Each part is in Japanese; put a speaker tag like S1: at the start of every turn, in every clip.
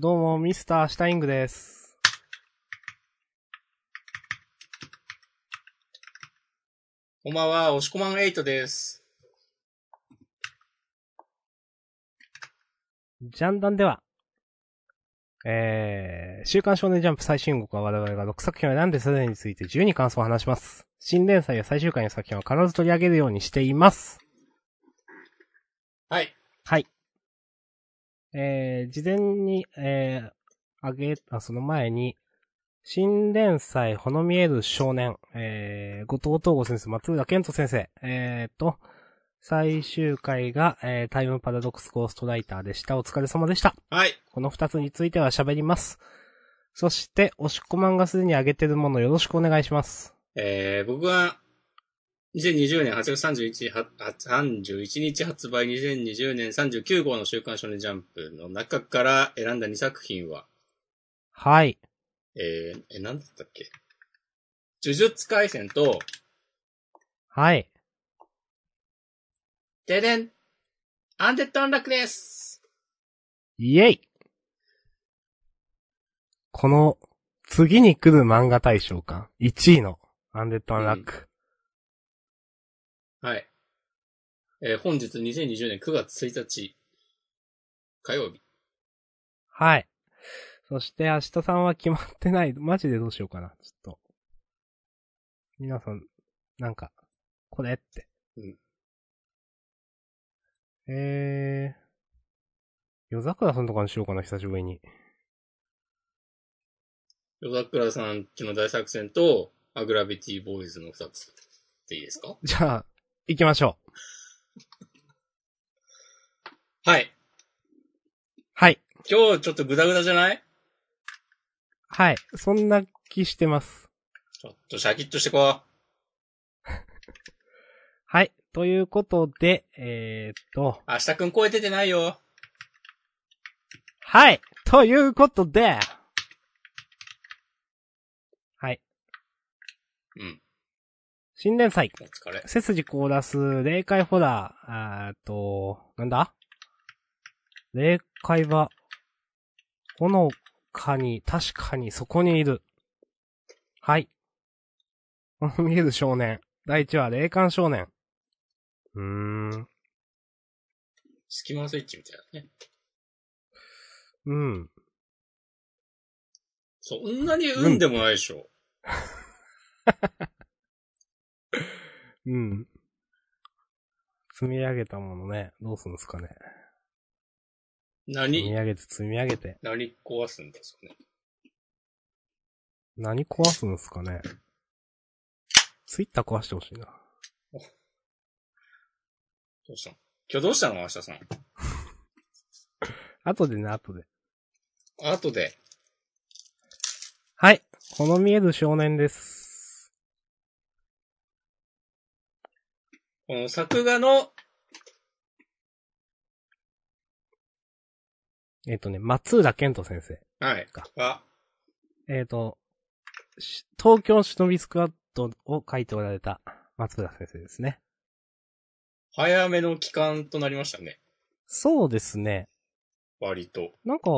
S1: どうも、ミスター・シュタイングです。
S2: こんばんは、おしこまん8です。
S1: ジャンダンでは、えー、週刊少年ジャンプ最新号は我々が6作品を選んでそれについて自由に感想を話します。新連載や最終回の作品は必ず取り上げるようにしています。
S2: はい。
S1: はい。えー、事前に、えー、あげ、あ、その前に、新連載、ほの見える少年、えー、後藤東吾先生、松浦健人先生、えーと、最終回が、えー、タイムパラドックスゴーストライターでした。お疲れ様でした。
S2: はい。
S1: この二つについては喋ります。そして、おしっこ漫画すでに上げてるものよろしくお願いします。
S2: えー、僕は、2020年8月31は31日発売2020年39号の週刊少年ジャンプの中から選んだ2作品は、
S1: はい。
S2: えー、え、なんだったっけ呪術回戦と、
S1: はい。
S2: ででんアンデッドアンラックです
S1: イエイこの、次に来る漫画大賞か。1位の、アンデッド・アンラック。
S2: はい。えー、本日2020年9月1日、火曜日。
S1: はい。そして、明日さんは決まってない。マジでどうしようかな。ちょっと。皆さん、なんか、これって。
S2: うん
S1: えー。夜桜さんとかにしようかな、久しぶりに。
S2: 夜桜さんちの大作戦と、アグラビティボーイズの2つでいいですか
S1: じゃあ、行きましょう。
S2: はい。
S1: はい。
S2: 今日ちょっとグダグダじゃない
S1: はい。そんな気してます。
S2: ちょっとシャキッとしてこ
S1: はい。ということで、えー、っと、
S2: う。明日くん声出てないよ。
S1: はいということで、はい。
S2: うん。
S1: 新連載、
S2: お疲れ。
S1: 背筋コーラス、霊界ホラー、あーっと、なんだ霊界は、ほのかに、確かにそこにいる。はい。 この見える少年。第1話、霊感少年。うーん。
S2: スキマスイッチみたいなね。
S1: うん。
S2: そんなに運でもないでしょ。
S1: うん。積み上げたものね、どうすんですかね。積み
S2: 何
S1: 上げて積み上げて。
S2: 何壊すんですかね。
S1: 何壊すんですかね。ツイッター壊してほしいな。
S2: どうしたの今日どうしたの明日さん。
S1: 後でね、後で。
S2: 後で。
S1: はい。この見える少年です。
S2: この作画の、
S1: えっ、とね、松浦健人先生。
S2: はい。あ、
S1: えっ、と、し東京忍びスクワットを書いておられた松浦先生ですね。
S2: 早めの期間となりましたね。
S1: そうですね。
S2: 割と。
S1: なんか、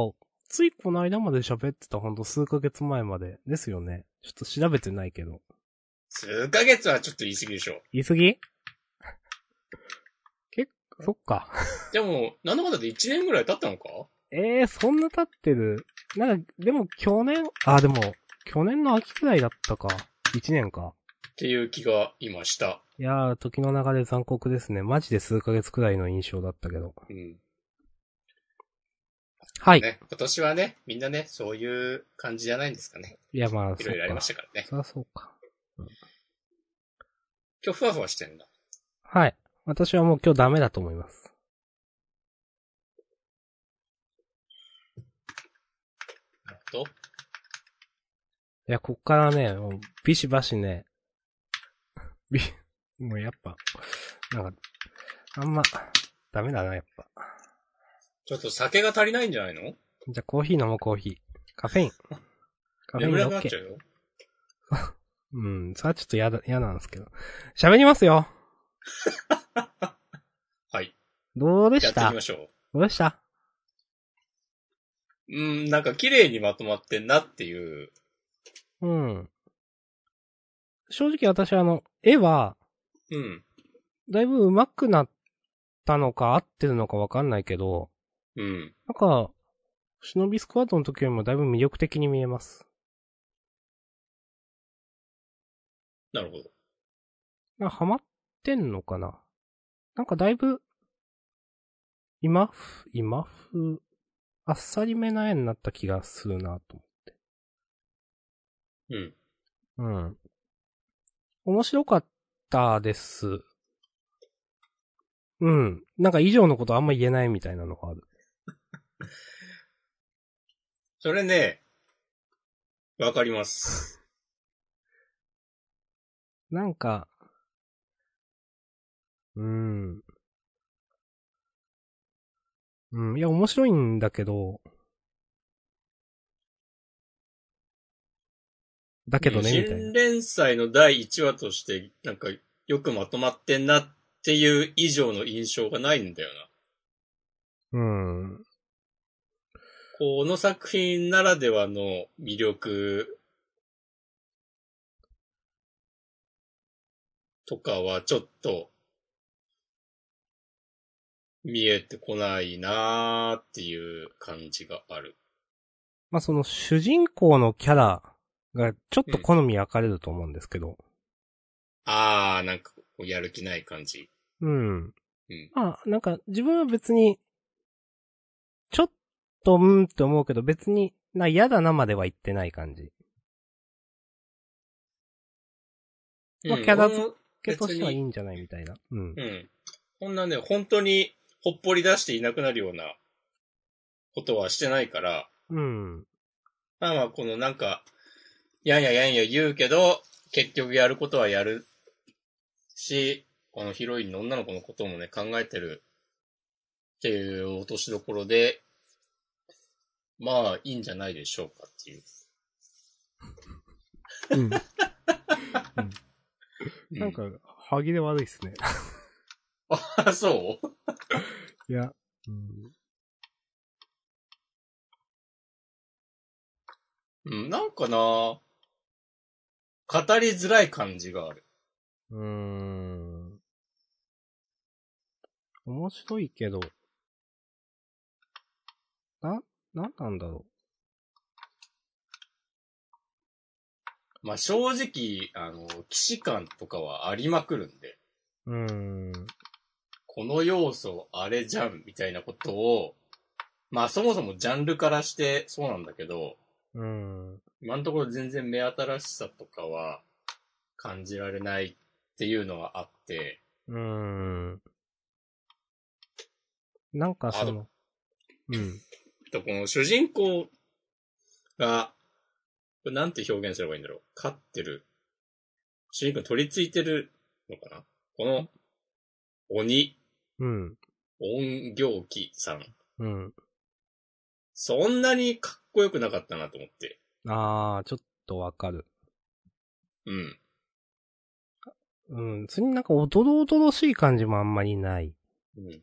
S1: ついこの間まで喋ってたほんと数ヶ月前までですよね。ちょっと調べてないけど。
S2: 数ヶ月はちょっと言い過ぎでしょ。
S1: 言い過ぎ結構、そっか。
S2: でも、なんだかんだで1年ぐらい経ったのか
S1: ええー、そんな経ってるなんか、でも去年、あ、でも、去年の秋くらいだったか。1年か。
S2: っていう気が今した。
S1: いやー、時の流れ残酷ですね。マジで数ヶ月くらいの印象だったけど。
S2: うん。
S1: はい。
S2: ね。今年はね、みんなね、そういう感じじゃないんですかね。
S1: いや、まあ、
S2: いろいろありま
S1: そ
S2: した
S1: うか
S2: からね。
S1: そりゃそうか。
S2: 今日ふわふわしてんだ。
S1: はい。私はもう今日ダメだと思います。
S2: なるほど。
S1: いや、こっからね、もう、ビシバシね、 ビ、もうやっぱ、なんか、あんま、ダメだな、やっぱ。
S2: ちょっと酒が足りないんじゃないの
S1: じゃあ、コーヒー飲もう、コーヒー。カフェイン。カフェイン
S2: 眠れな
S1: オ
S2: く
S1: ッ
S2: なっ
S1: ケー
S2: ちゃうよ。
S1: うん、それはちょっと嫌だ、嫌なんですけど。喋りますよ
S2: はい。
S1: どうで
S2: や
S1: し
S2: ってい
S1: た
S2: きましょう。
S1: どうでした
S2: うん、なんか綺麗にまとまってんなっていう。
S1: うん。正直私あの、絵は、
S2: うん。
S1: だいぶ上手くなったのか合ってるのかわかんないけど、
S2: うん。
S1: なんか、忍びスクワットの時よりもだいぶ魅力的に見えます。
S2: なるほど。
S1: なんかハマってんのかななんかだいぶ、今風、今風、あっさりめな絵になった気がするなと。
S2: うん。
S1: うん。面白かったです。うん。なんか以上のことあんま言えないみたいなのがある。
S2: それね、わかります。
S1: なんか、うん。うん。いや、面白いんだけど、だけどね、みたいな
S2: 新。連載の第1話として、なんか、よくまとまってんなっていう以上の印象がないんだよな。
S1: うん。
S2: この作品ならではの魅力とかはちょっと見えてこないなーっていう感じがある。
S1: まあ、その主人公のキャラがちょっと好み分かれると思うんですけど、
S2: あー、なんかこうやる気ない感じ。
S1: うん。
S2: うん
S1: まあ、なんか自分は別に、ちょっとうんって思うけど別に、な、嫌だなまでは言ってない感じ。まあ
S2: うん
S1: キャラ
S2: 俺も
S1: けとしてはい
S2: 別
S1: い
S2: に
S1: んじゃないみたいな。うん。
S2: うん。こんなね、本当にほっぽり出していなくなるようなことはしてないから、
S1: うん。
S2: まあまあ、このなんか、やんややんや言うけど、結局やることはやるし、このヒロインの女の子のこともね、考えてるっていう落としどころで、まあ、いいんじゃないでしょうかっていう。
S1: うん。
S2: う
S1: なん、か、歯切れ悪いっすね。
S2: あ、 そう
S1: いや。うん。
S2: うん、なんかな語りづらい感じがある。
S1: うーん。面白いけど、な、なんなんだろう。
S2: まあ正直、あの、騎士感とかはありまくるんで。
S1: うーん。
S2: この要素あれじゃんみたいなことを、まあそもそもジャンルからしてそうなんだけど、
S1: うーん。
S2: 今のところ全然目新しさとかは感じられないっていうのはあって、
S1: うーん。なんかその、うん。
S2: あとこの主人公が、これなんて表現すればいいんだろう飼ってる。主人公に取り付いてるのかなこの鬼、
S1: うん。
S2: 音行記さん。
S1: うん。
S2: そんなにかっこよくなかったなと思って。
S1: あー、ちょっとわかる。
S2: うん。
S1: うん。それになんかおどろおどろしい感じもあんまりない。
S2: うん。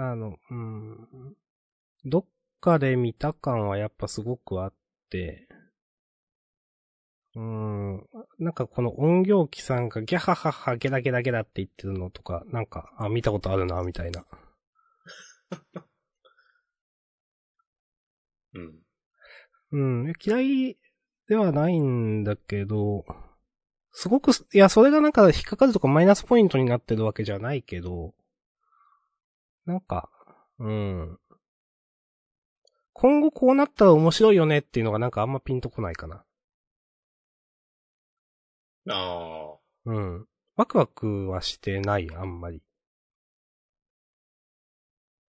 S1: あの、うん。どっかで見た感はやっぱすごくあって、うーん。なんかこの音行機さんがギャハハハゲラゲラゲラって言ってるのとか、なんか、あ、見たことあるな、みたいな。
S2: うん。
S1: うん、嫌いではないんだけど、すごくす、いや、それがなんか引っかかるとかマイナスポイントになってるわけじゃないけど、なんか、うん。今後こうなったら面白いよねっていうのがなんかあんまピンとこないかな。
S2: ああ。
S1: うん。ワクワクはしてない、あんまり。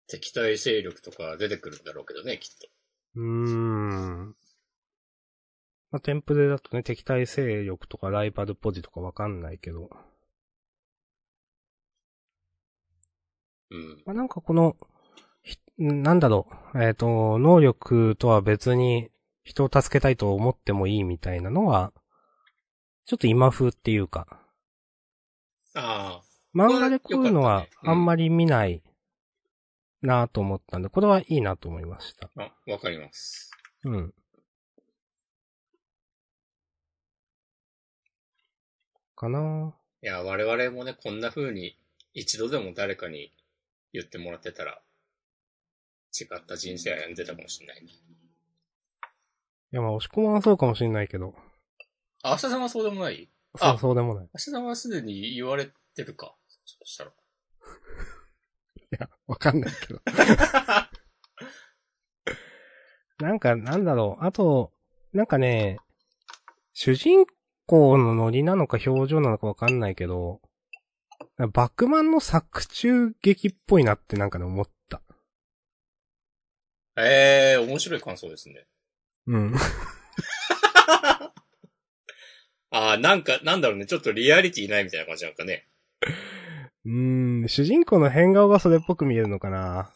S2: 敵対勢力とか出てくるんだろうけどね、きっと。
S1: うーん。まあ、テンプレだとね、敵対勢力とかライバルポジとかわかんないけど。
S2: うん。
S1: まあ、なんかこの、ひなんだろう、えっ、と、能力とは別に人を助けたいと思ってもいいみたいなのは、ちょっと今風っていうか、
S2: ああ。
S1: 漫画でこういうのは
S2: 良かったねうん
S1: あんまり見ない、なと思ったんで、これはいいなと思いました。
S2: あ、わかります。
S1: うん。かなぁ
S2: いや、我々もね、こんな風に一度でも誰かに言ってもらってたら、違った人生歩んでたかもしれないね。
S1: いや、まあ、押し込まはそうかもしれないけど。
S2: あ、明日さんはそうでもないあ
S1: そう、そうでもない。い
S2: 明日さんはすでに言われてるか。そしたら。
S1: や、わかんないけど。 なんか、なんだろう。あと、なんかね、主人公のノリなのか表情なのかわかんないけど、バックマンの作中劇っぽいなってなんかね思った。
S2: ええー、面白い感想ですね。
S1: うん。
S2: あーなんか、なんだろうね、ちょっとリアリティないみたいな感じなんかね。
S1: うん、主人公の変顔がそれっぽく見えるのかな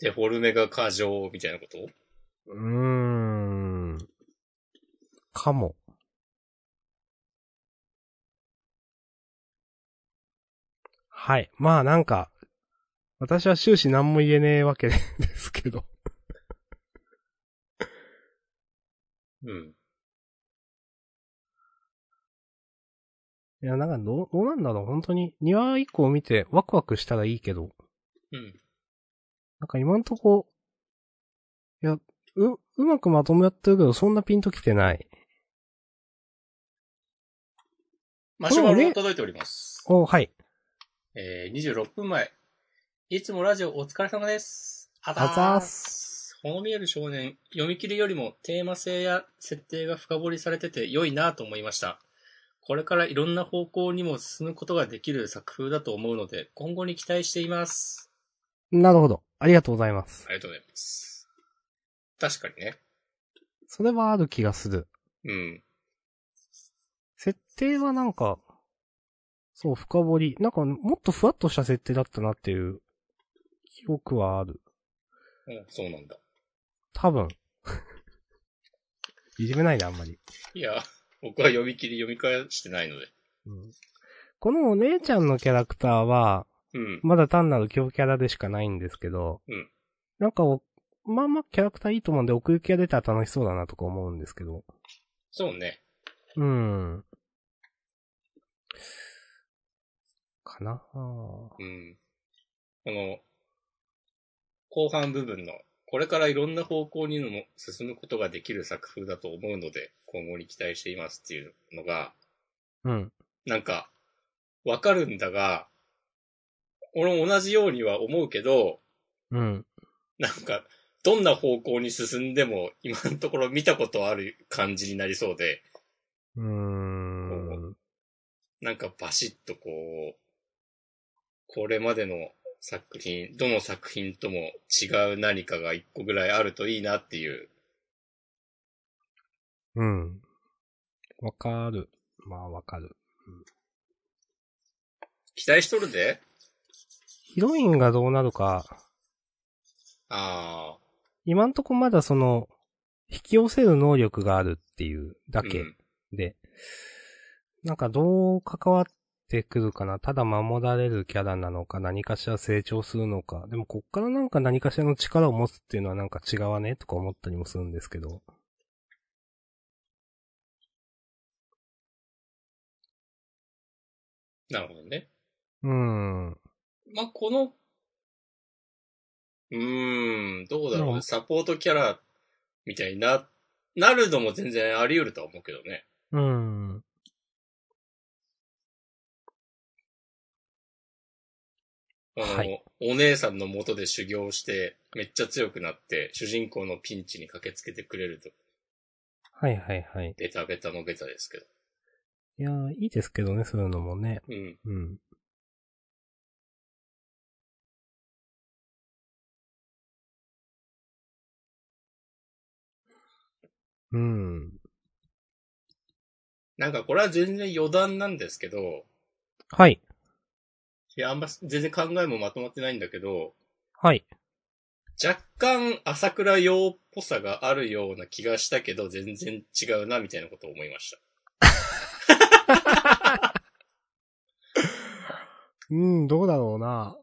S2: デフォルメが過剰みたいなこと
S1: うーん。かも。はい。まあなんか、私は終始何も言えねえわけですけど。
S2: うん。
S1: いや、なんかどう、どうなんだろう本当に。2話以降見てワクワクしたらいいけど。
S2: うん。
S1: なんか今んとこ、いや、う、うまくまとめってるけど、そんなピンときてない。
S2: マシュマロも届いております。
S1: お、はい。
S2: えー、26分前。いつもラジオお疲れ様です。あ
S1: あざー
S2: す。ほの見える少年、読み切りよりもテーマ性や設定が深掘りされてて良いなと思いました。これからいろんな方向にも進むことができる作風だと思うので、今後に期待しています。
S1: なるほど。ありがとうございます
S2: あ。りがとうございます。確かにね。
S1: それはある気がする。
S2: うん。
S1: 設定はなんか、そう、深掘り。なんか、もっとふわっとした設定だったなっていう、記憶はある。
S2: うん、そうなんだ。
S1: 多分。 いじめないで、あんまり。
S2: いや、僕は読み切り読み返してないので。
S1: うんこのお姉ちゃんのキャラクターは、
S2: うん。
S1: まだ単なる強キャラでしかないんですけど、
S2: うん
S1: なんかお、まあまあキャラクターいいと思うんで、奥行きが出たら楽しそうだなとか思うんですけど。
S2: そうね。
S1: うん。かなぁ
S2: うん。この、後半部分の、これからいろんな方向にも進むことができる作風だと思うので、今後に期待していますっていうのが、
S1: うん。
S2: なんか、わかるんだが、俺も同じようには思うけど、
S1: うん。
S2: なんか、どんな方向に進んでも、今のところ見たことある感じになりそうで、
S1: うーん。
S2: なんかバシッとこう、これまでの作品、どの作品とも違う何かが一個ぐらいあるといいなっていう。
S1: うん。わかる。まあわかる。
S2: 期待しとるで
S1: ヒロインがどうなるか、
S2: ああ。
S1: 今んとこまだその、引き寄せる能力があるっていうだ
S2: う
S1: け
S2: ん
S1: で、なんかどう関わってくるかな。ただ守られるキャラなのか、何かしら成長するのか。でもこっからなんか何かしらの力を持つっていうのはなんか違わねとか思ったりもするんですけど。
S2: なるほどね。
S1: うん。
S2: まあ、この、うーん、どうだろう、
S1: うん
S2: サポートキャラみたいにな、なるのも全然あり得るとは思うけどね。
S1: うん。はい
S2: あのお姉さんの元で修行して、めっちゃ強くなって、主人公のピンチに駆けつけてくれると。
S1: はいはいはい。
S2: ベタベタのベタですけど。
S1: いやー、いいですけどね、そういうのもね。
S2: うん。
S1: うん。うん。
S2: なんかこれは全然余談なんですけど、
S1: はい。
S2: いや、あんま全然考えもまとまってないんだけど、
S1: はい。
S2: 若干朝倉洋っぽさがあるような気がしたけど、全然違うな、みたいなことを思いました。
S1: うん、どうだろうな。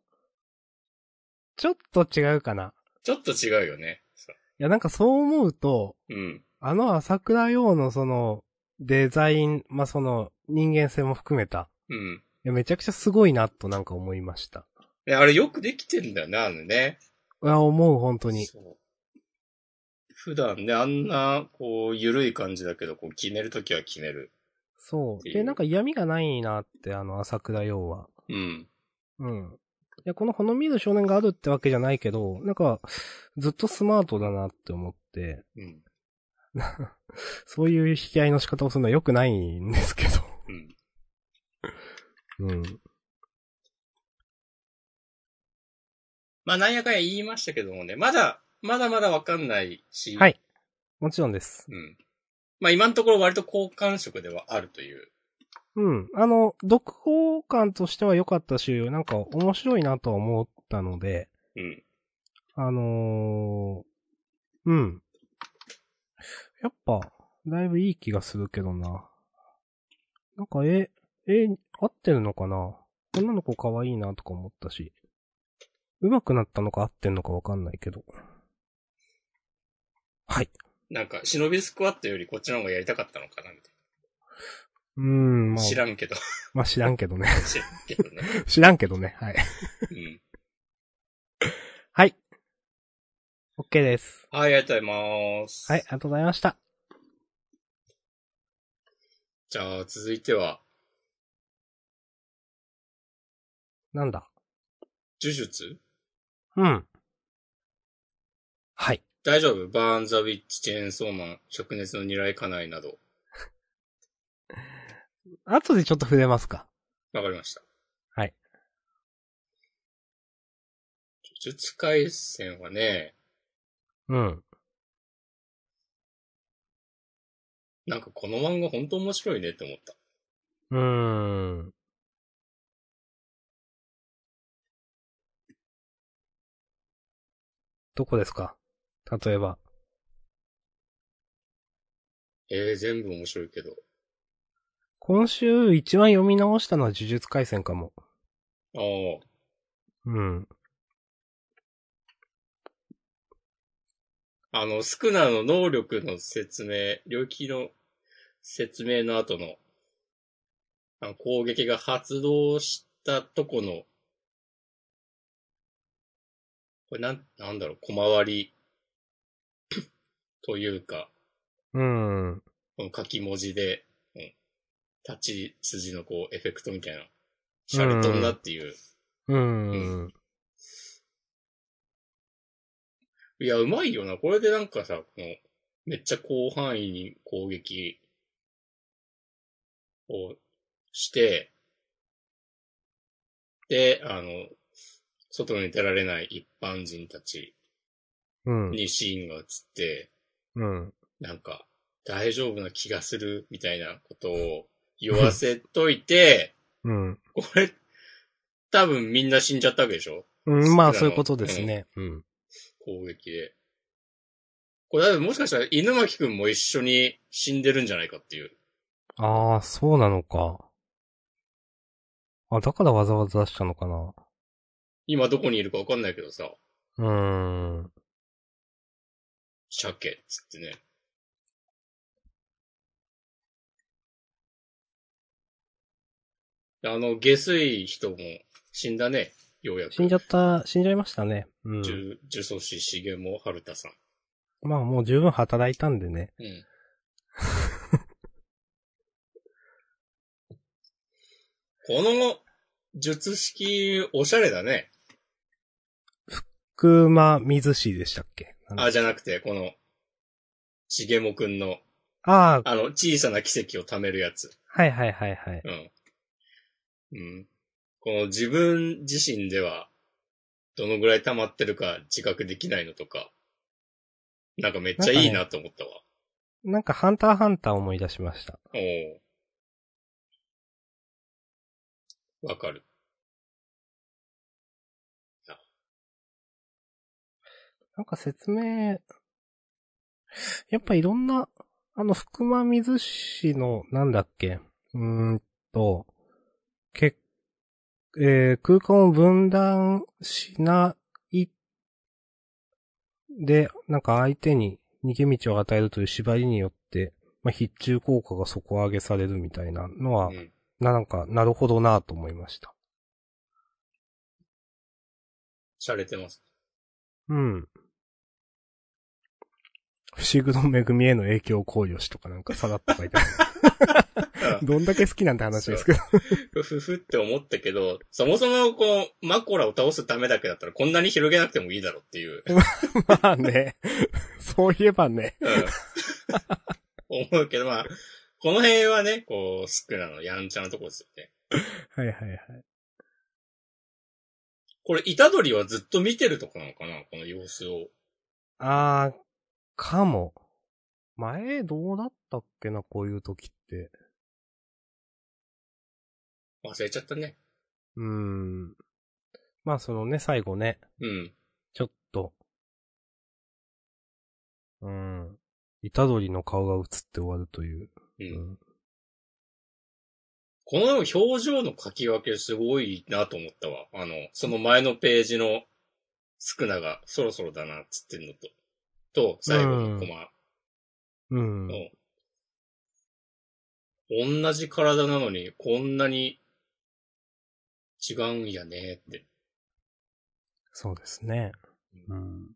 S1: ちょっと違うかな。
S2: ちょっと違うよね。そう
S1: いや、なんかそう思うと、
S2: うん。
S1: あの朝倉洋のその、デザイン、まあ、その、人間性も含めた、
S2: うん。
S1: いやめちゃくちゃすごいな、となんか思いました。
S2: ねあれよくできてんだよな、あのね。
S1: いや、思う、本当に。
S2: そう普段ね、あんな、こう、ゆるい感じだけど、こう、決めるときは決める。
S1: そう。
S2: いい
S1: で、なんか嫌味がないなって、あの、朝倉洋は。
S2: うん。
S1: うん。いや、このほのみる少年があるってわけじゃないけど、なんか、ずっとスマートだなって思って、
S2: うん。
S1: そういう引き合いの仕方をするのは良くないんですけど。
S2: う
S1: う
S2: ん。
S1: ん。
S2: まあ、なんやかんや言いましたけどもね、まだ、まだまだわかんないし。
S1: はいもちろんです。
S2: うん。まあ、今のところ割と好感触ではあるという。
S1: うん。あの、読法感としては良かったし、なんか面白いなとは思ったので、
S2: うん。
S1: あのー、うん。やっぱ、だいぶいい気がするけどな。なんか、え、え、合ってるのかな女の子可愛いなとか思ったし。上手くなったのか合ってんのかわかんないけど。はい。
S2: なんか、忍びスクワットよりこっちの方がやりたかったのかな、みたいう
S1: ーん、
S2: な。
S1: まあ、
S2: 知らんけど。
S1: まあ知らんけどね。
S2: 知らんけどね。
S1: 知らんけどね。はい。
S2: うん。
S1: はい。OK です。
S2: はい、ありがとうございます。
S1: はい、ありがとうございました。
S2: じゃあ、続いては、
S1: なんだ。
S2: 呪術
S1: うん。はい。
S2: 大丈夫バーン・ザ・ウィッチ、チェーンソーマン、灼熱の二来家内など。
S1: 後でちょっと触れますか。
S2: わかりました。
S1: はい。
S2: 呪術回戦はね、
S1: うん。
S2: なんかこの漫画本当面白いねって思った。
S1: うーん。どこですか例えば。
S2: ええー、全部面白いけど。
S1: 今週一番読み直したのは呪術回戦かも。
S2: ああ、
S1: うん。
S2: あの、スクナの能力の説明、領域の説明の後の、あの攻撃が発動したとこの、これなん、なんだろう、小回り、 というか、
S1: うん。
S2: この書き文字で、うん、立ち筋のこう、エフェクトみたいな、シャルトンだっていう。
S1: うん。
S2: いや、うまいよな。これでなんかさ、この、めっちゃ広範囲に攻撃をして、で、あの、外に出られない一般人たち
S1: うん。
S2: にシーンが映って、
S1: うん。
S2: なんか、大丈夫な気がする、みたいなことを言わせといて、
S1: うん。
S2: これ、多分みんな死んじゃったわけでしょ
S1: うん、まあ、そういうことですね。うん。
S2: 攻撃で。これ、だってもしかしたら犬巻くんも一緒に死んでるんじゃないかっていう。
S1: ああ、そうなのか。あ、だからわざわざ出したのかな。
S2: 今どこにいるかわかんないけどさ、
S1: うーん。
S2: 鮭っつってね。あの、下水人も死んだね、ようやく。
S1: 死んじゃった、死んじゃいましたね。うん。
S2: 呪呪詛師重も春太さん。
S1: まあもう十分働いたんでね。
S2: うん。 この術式、おしゃれだね。
S1: 熊水市でしたっけあ
S2: あ、じゃなくて、この、しげもくんの、
S1: あー、
S2: あの、小さな奇跡を貯めるやつ。
S1: はいはいはいはい。
S2: うん。うん。この自分自身では、どのぐらい溜まってるか自覚できないのとか、なんかめっちゃいいなと思ったわ。
S1: なんかハンターハンター思い出しました。
S2: おお。わかる。
S1: なんか説明、やっぱいろんな、あの、福間水市の、なんだっけ、うーんと、けえー空間を分断しないで、なんか相手に逃げ道を与えるという縛りによって、まあ、必中効果が底上げされるみたいなのは、
S2: うん
S1: な、なんか、なるほどなぁと思いました。
S2: 洒落てます。
S1: うん。不思議の恵みへの影響を考慮しとかなんかさらっと書いてあ る。どんだけ好きなんて話ですけど。
S2: ふふふって思ったけど、そもそもこう、マコラを倒すためだけだったらこんなに広げなくてもいいだろうっていう、
S1: まあね。 そういえばね。
S2: うん思うけど、まあ、この辺はね、こう、スクラのやんちゃなとこですよね。
S1: はいはいはい。
S2: これ、イタドリはずっと見てるとこなのかなこの様子を。
S1: あー、かも。前、どうだったっけな、こういう時って。
S2: 忘れちゃったね。
S1: うーん。まあそのね、最後ね、
S2: うん。
S1: ちょっと。うん。イタドリの顔が映って終わるという。う
S2: う。
S1: んん。
S2: この表情の書き分けすごいなと思ったわ。あの、その前のページのスクナがそろそろだなっつってんのと、と、最後のコマ
S1: うん。
S2: の、同じ体なのにこんなに違うんやねって。
S1: そうですね。うん。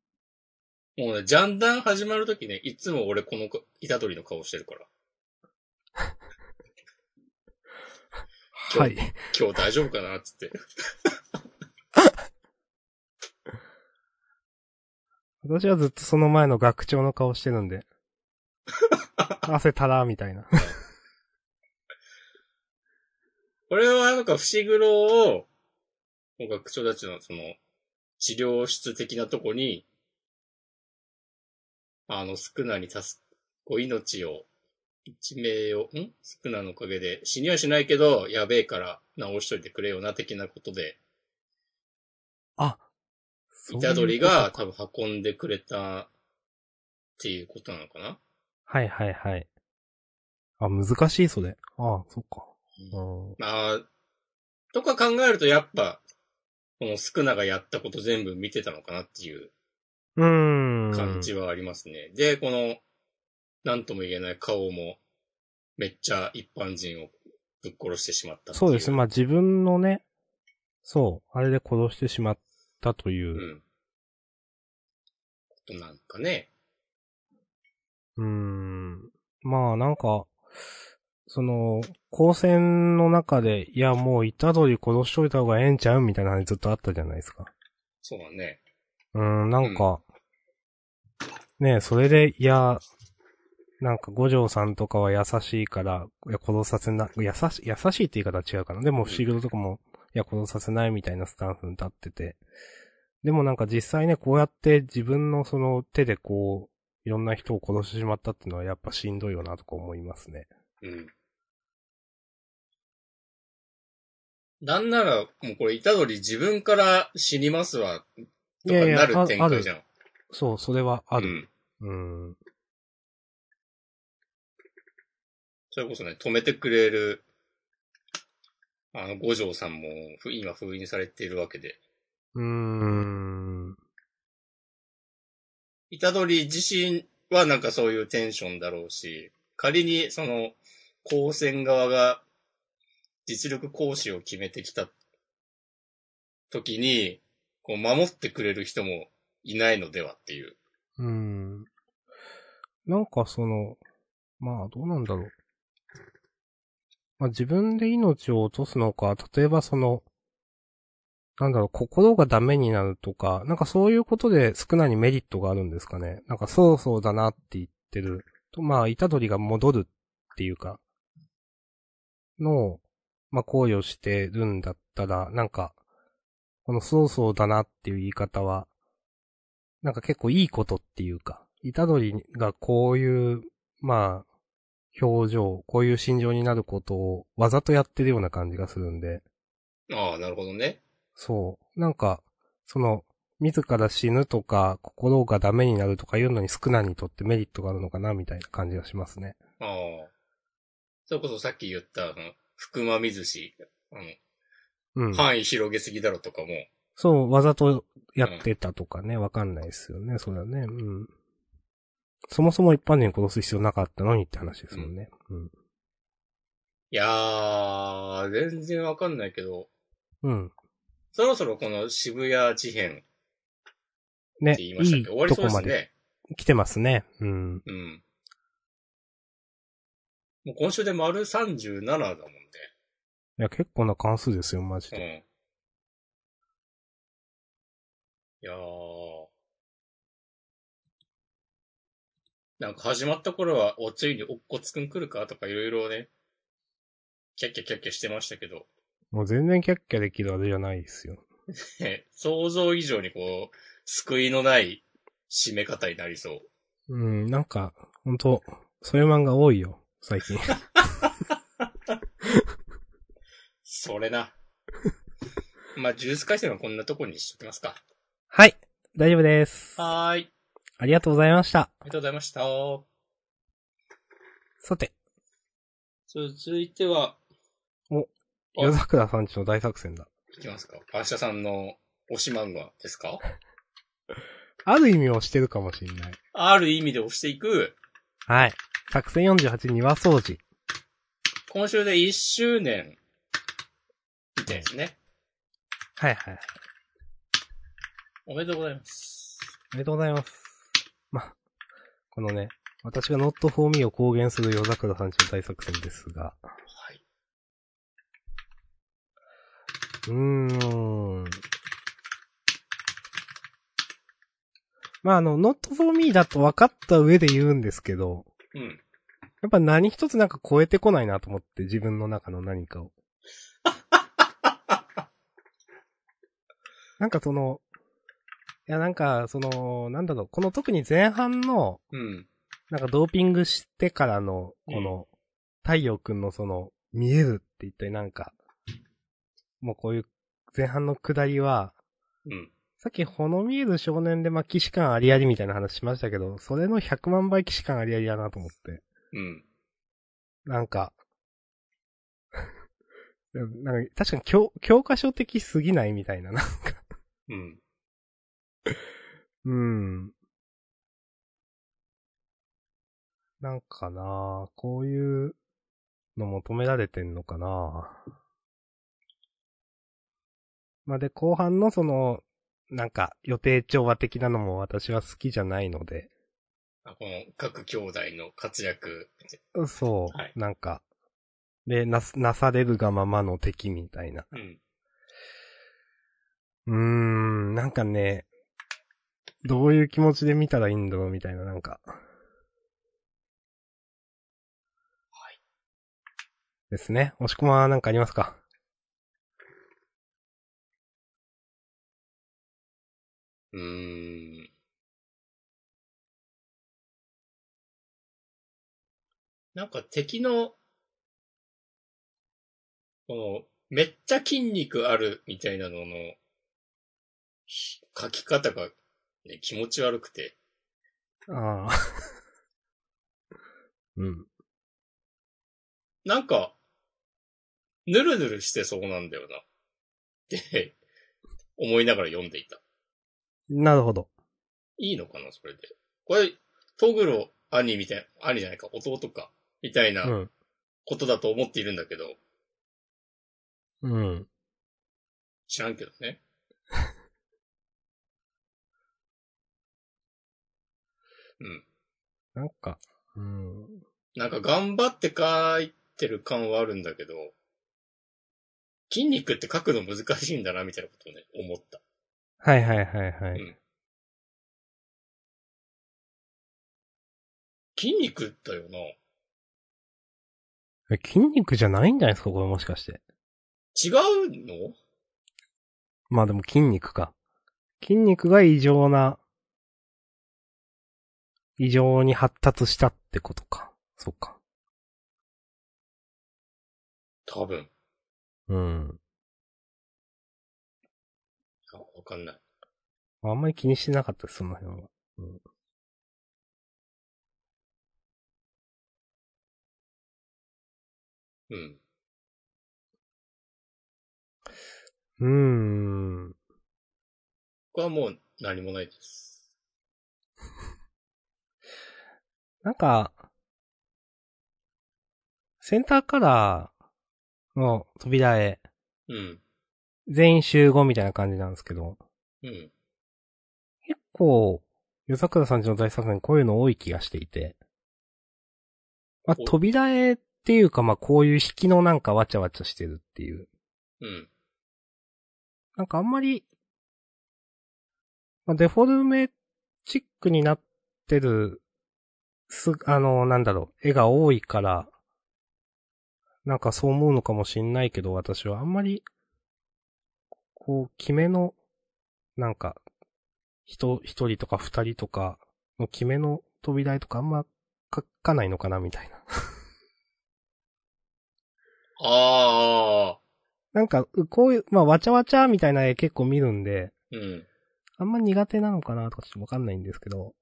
S2: もうね、ジャンダン始まるときね、いつも俺このか、イタドリの顔してるから。
S1: はい。
S2: 今日大丈夫かなっつって。
S1: 私はずっとその前の学長の顔してるん で。汗たらーみたい な。
S2: これはなんか、伏黒を、もう学長たちのその、治療室的なとこに、あの、スクナに助こう命を、一命を、んスクナのおかげで、死にはしないけど、やべえから治しといてくれよな、的なことで、
S1: あ、
S2: イタドリが
S1: そうい
S2: 多
S1: うこ
S2: 分運んでくれた、っていうことなのかな
S1: とかはいはいはい。あ、難しい、それ。ああ、そっか。うん。
S2: まあ、とか考えるとやっぱ、このスクナがやったこと全部見てたのかなっていう
S1: うーん。
S2: 感じはありますね。で、この、なんとも言えない顔も、めっちゃ一般人をぶっ殺してしまったってい
S1: そうですね。まあ自分のね、そう、あれで殺してしまったというう。
S2: ん。ことなんかね。
S1: うーん。まあなんか、その、光線の中で、いやもう、イタドリ殺しといた方がええんちゃうみたいな話ずっとあったじゃないですか。
S2: そうだね。
S1: うーん、なんか、ねえ、それで、いや、なんか五条さんとかは優しいから、いや、殺させな、優し、優しいって言い方は違うかな。でも、
S2: ん
S1: 不思議とかも、いや、殺させないみたいなスタンスに立ってて。でもなんか実際ね、こうやって自分のその手でこう、いろんな人を殺してしまったっていうのはやっぱしんどいよなとか思いますね。
S2: うん。なんなら、もうこれ、イタドリ自分から死にますわ、とかなる
S1: あ
S2: 展
S1: あ
S2: 開
S1: る
S2: じゃ。ん。
S1: そう、それはあ
S2: う
S1: る。
S2: ん。
S1: うん。
S2: それこそね、止めてくれる、あの、五条さんも、ふ今封印されているわけで。
S1: うーん。
S2: イタドリ自身はなんかそういうテンションだろうし、仮にその、光線側が実力行使を決めてきた時に、こう守ってくれる人もいないのではっていう。
S1: うん。なんかその、まあどうなんだろう。まあ自分で命を落とすのか、例えばその、なんだろう、心がダメになるとか、なんかそういうことで少ないにメリットがあるんですかね。なんかそうそうだなって言ってる。とまあ、イタドリが戻るっていうか、のを、まあ考慮してるんだったら、なんか、このそうそうだなっていう言い方は、なんか結構いいことっていうか、イタドリがこういう、まあ、表情、こういう心情になることをわざとやってるような感じがするんで、
S2: ああ、なるほどね。
S1: そう。なんか、その、自ら死ぬとか、心がダメになるとかいうのに少ないにとってメリットがあるのかな、みたいな感じがしますね。
S2: ああ。それこそさっき言った、あの、福間水氏、あの、
S1: うん。
S2: 範囲広げすぎだろとかも、
S1: そう、わざとやってたとかね、わかんないですよね、それはね。うん。そもそも一般人殺す必要なかったのにって話ですもんね。うん。
S2: いやー、全然わかんないけど、
S1: うん。
S2: そろそろこの渋谷事変って
S1: ね、い
S2: 言いましたっけ、
S1: い
S2: 終わ
S1: と
S2: りそ
S1: こ
S2: うです
S1: ま
S2: ね。
S1: で来てますね。うん。
S2: うん。もう今週で丸37だもん
S1: いや、結構な関数ですよ、マジで。
S2: ね。うん。いやー。なんか始まった頃は、おついにおっこつくん来るかとかいろいろね、キャッキャキャッキャしてましたけど、
S1: もう全然キャッキャできるあれじゃないですよ。
S2: ね想像以上にこう、救いのない締め方になりそう。
S1: うん、なんか、ほんと、そういう漫画多いよ、最近。
S2: それ な。まあ、ジュース回線はこんなとこにしときますか。
S1: はい、大丈夫です。あ
S2: はーい。
S1: りがとうございました。
S2: ありがとうございました。
S1: さて、
S2: 続いては、あ
S1: 夜桜さんちの大作戦だ。
S2: いきますか。明日さんの推し漫画ですか
S1: ある意味をしてるかもしんない。
S2: ある意味で推していく、
S1: はい。作戦48庭掃除。
S2: 今週で1周年、みたいですね。
S1: はいはい。
S2: おめでとうございます。
S1: おめでとうございます。ま、このね、私がノットフォーミーを公言する夜桜さんちの大作戦ですが、
S2: はい。
S1: うーん。まあ、あの、not for me だと分かった上で言うんですけど、
S2: うん。
S1: やっぱ何一つなんか超えてこないなと思って、自分の中の何かを。 なんかその、いやなんか、その、なんだろう、この特に前半の、
S2: うん。
S1: なんかドーピングしてからの、この、太陽くんのその、見えるって一体なんか、もうこういう前半の下りは、
S2: うん。
S1: さっきほの見える少年でまあ、騎士感ありありみたいな話しましたけど、それの100万倍騎士感ありありだなと思って。
S2: うん。
S1: なんか、 なんか確かに教、教科書的すぎないみたいな、なんか。
S2: うん。
S1: うん。なんかなあこういうの求められてんのかなあまあ、で、後半のその、なんか予定調和的なのも私は好きじゃないので、
S2: あこの各兄弟の活躍。
S1: そう、
S2: はい
S1: なんか、で、なす、なされるがままの敵みたいな。
S2: うん。
S1: うーん、なんかね、どういう気持ちで見たらいいんだろうみたいな、なんか。はい。ですね。押し込まはなんかありますか
S2: うーん。なんか敵の、この、めっちゃ筋肉あるみたいなのの、ひ書き方が、ね、気持ち悪くて、
S1: ああ。 うん。
S2: なんか、ぬるぬるしてそうなんだよな。って、思いながら読んでいた。
S1: なるほど。
S2: いいのかな、それで。これ、トグロ兄みたいな、兄じゃないか、弟か、みたいな、
S1: うん。
S2: ことだと思っているんだけど、
S1: うん。
S2: 知らんけどね。うん。
S1: なんか、うん。
S2: なんか頑張って書いてる感はあるんだけど、筋肉って書くの難しいんだな、みたいなことをね、思った。
S1: はいはいはいはい。
S2: うん筋肉だよな。
S1: え筋肉じゃないんじゃないですかこれもしかして。
S2: 違うの
S1: まあでも筋肉か。筋肉が異常な、異常に発達したってことか。そっか。
S2: 多分。
S1: うん。
S2: あわかんない。
S1: あんまり気にしてなかったです、その辺は。
S2: うん。
S1: うーん。
S2: 僕はもう何もないです。
S1: なんか、センターカラーの扉へ
S2: うん。
S1: 全員集合みたいな感じなんですけど、
S2: うん。
S1: 結構、夜桜さんちの大作戦こういうの多い気がしていて。まあ、
S2: お
S1: 扉絵っていうか、まあ、こういう引きのなんかわちゃわちゃしてるっていう。
S2: うん。
S1: なんかあんまり、まあ、デフォルメチックになってる、す、あの、なんだろう、絵が多いから、なんかそう思うのかもしんないけど、私はあんまり、こう、決めの、なんか、人、一人とか二人とかの決めの扉絵とかあんま書かないのかな、みたいな。
S2: ああ。
S1: なんか、うこういう、まあ、わちゃわちゃみたいな絵結構見るんで、
S2: うん。
S1: あんま苦手なのかなとかちょっとわかんないんですけど、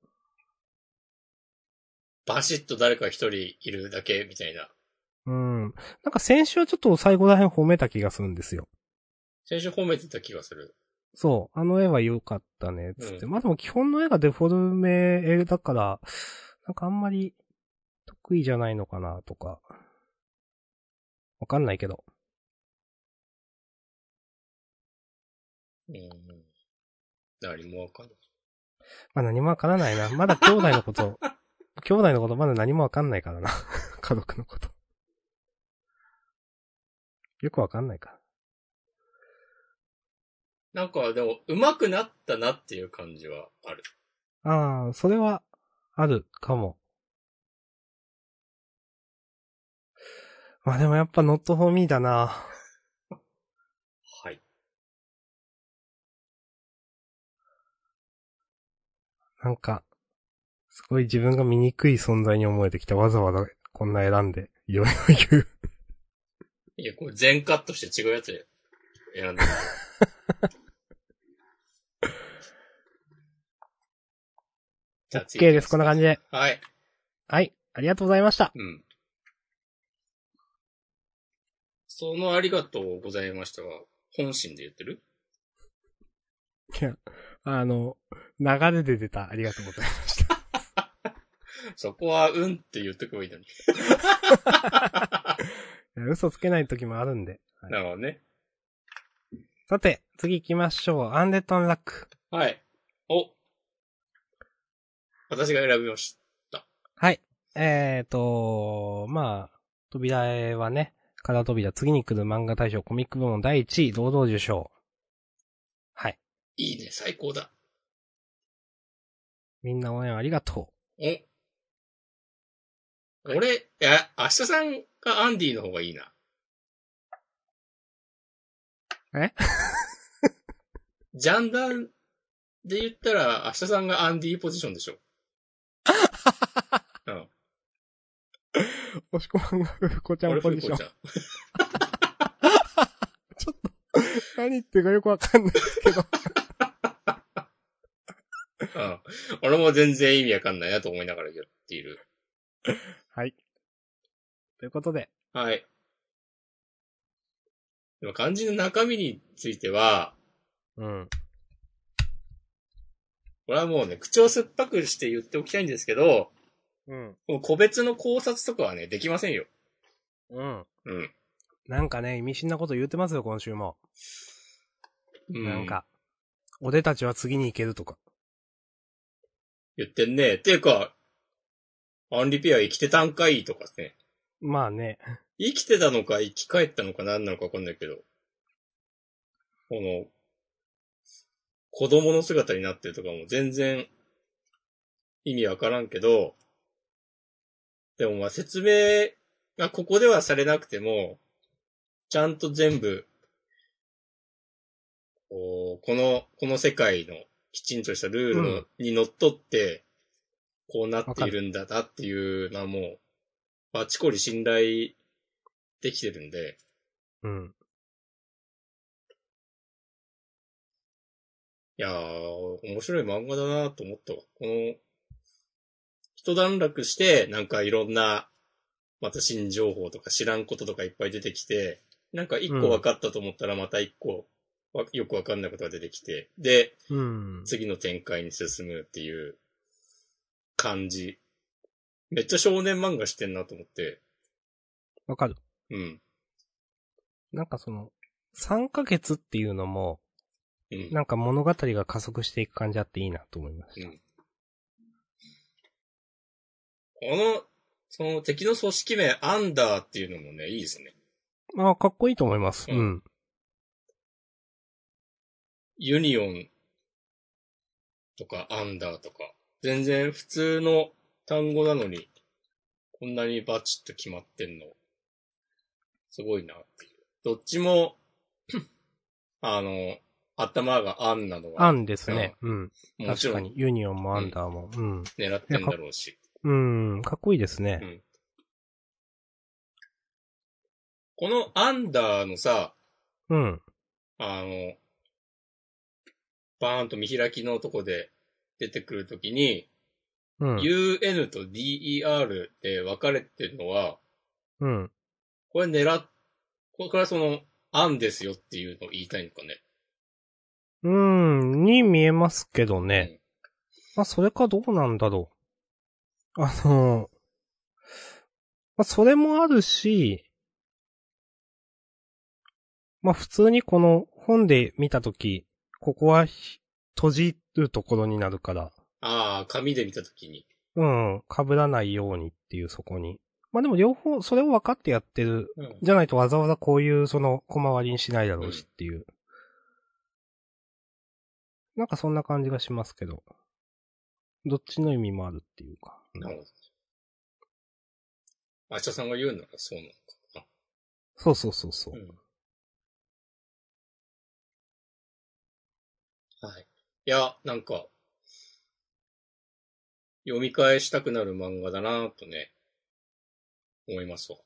S2: バシッと誰か一人いるだけみたいな。
S1: うん。なんか先週はちょっと最後ら辺褒めた気がするんですよ。
S2: 先週褒めてた気がする。
S1: そう。あの絵は良かったね、つって。まあでも基本の絵がデフォルメ絵だから、なんかあんまり得意じゃないのかなとか。わかんないけど。
S2: うん。何もわかんない。
S1: まあ何もわからないな。まだ兄弟のこと、兄弟のことまだ何もわかんないからな。 家族のこと。よくわかんないから。
S2: なんかでも、上手くなったなっていう感じはある。
S1: ああ、それは、あるかも。まあでもやっぱノットフォーミーだな。
S2: はい。
S1: なんか、すごい自分が醜い存在に思えてきた。わざわざこんな選んで、いろいろ言 う。
S2: いや、これ全カットして違うやつで選んでる。じゃあ次
S1: OK です。こんな感じで。
S2: はい。
S1: はい。ありがとうございました。
S2: うん。そのありがとうございましたは、本心で言ってる
S1: あの、流れで出た。ありがとうございました。
S2: そこは、うんって言ってこばいいのに。
S1: いや 嘘つけない時もあるんで。
S2: なるほどね。
S1: さて、次行きましょう。アンデッド・アンラック。
S2: はい。お。私が選びまし
S1: はい。えーと、まあ、扉絵はね、カラー扉、次に来る漫画大賞コミック部門第1位、堂々受賞。はい。
S2: た。いいね、最高だ。
S1: みんな応援ありがと
S2: お。俺、いや、明日さんがアンディの方がいいな。
S1: え
S2: ジャンダンで言ったら、明日さんがアンディポジションでしょ。うん。
S1: う。おしこまんがふこち
S2: 俺、フル コちゃん。
S1: 何言ってるかよくわかんないですけど。
S2: うん。俺も全然意味わかんないなと思いながらやっている。
S1: はい。ということで、
S2: はい。でも漢字の中身については、
S1: うん。
S2: これはもうね、口を酸っぱくして言っておきたいんですけど、
S1: うん。
S2: この個別の考察とかはね、できませんよ。
S1: うん。
S2: うん。
S1: なんかね、意味深なこと言ってますよ、今週も。
S2: うん
S1: なん。か、俺たちは次に行けるとか。
S2: 言ってんね。ていうか、アンリペア生きてたんかいとかね。
S1: まあね。
S2: 生きてたのか生き返ったのか何なのかわかんないけど。この、子供の姿になってるとかも全然意味わからんけど、でもまあ説明がここではされなくても、ちゃんと全部、こうこの、この世界のきちんとしたルールの
S1: うん
S2: にのっとって、こうなっているんだなっていうのはもう、バチコリ信頼できてるんで、
S1: うん。
S2: いやー、面白い漫画だなと思ったわ。この、一段落して、なんかいろんな、また新情報とか知らんこととかいっぱい出てきて、なんか一個分かったと思ったらまた一個わよくわかんないことが出てきて、で、
S1: うん。
S2: 次の展開に進むっていう感じ。めっちゃ少年漫画してんなと思って。
S1: わかる。
S2: うん。
S1: なんかその、3ヶ月っていうのも、
S2: うん。
S1: なんか物語が加速していく感じあっていいなと思いました。
S2: この、その敵の組織名、アンダーっていうのもね、いいですね。
S1: まあ、かっこいいと思います。
S2: うん
S1: うん。
S2: ユニオンとか、アンダーとか。全然普通の単語なのに、こんなにバチッと決まってんの。すごいなっていう。どっちも、 あの、頭がアンなの
S1: ア
S2: は、
S1: ンですね。うん。
S2: も
S1: 確
S2: ちろ
S1: か
S2: ん
S1: に。ユニオンもアンダーも。うん。
S2: 狙ってんだろ うし。
S1: うん、かっこいいですね。
S2: このアンダーのさ、
S1: うん。
S2: あの、バーンと見開きのとこで出てくるときに、
S1: うん。
S2: UN と DER で分かれてるのは、
S1: うん。
S2: これ狙っ、これからその、案ですよっていうのを言いたいのかね。
S1: うん、に見えますけどね。まあ、それかどうなんだろう。あの、まあ、それもあるし、まあ、普通にこの本で見たとき、ここはひ閉じるところになるから、
S2: ああ、紙で見たときに。
S1: うん、被らないようにっていうそこに。まあ、でも両方、それを分かってやってる
S2: うん。
S1: じゃないとわざわざこういうその小回りにしないだろうしっていう。なんかそんな感じがしますけど。どっちの意味もあるっていうか。
S2: なるほど。明日さんが言うならそうなのかな。
S1: そうそうそうそう。
S2: はい。いや、なんか、読み返したくなる漫画だなぁとね、思いますわ。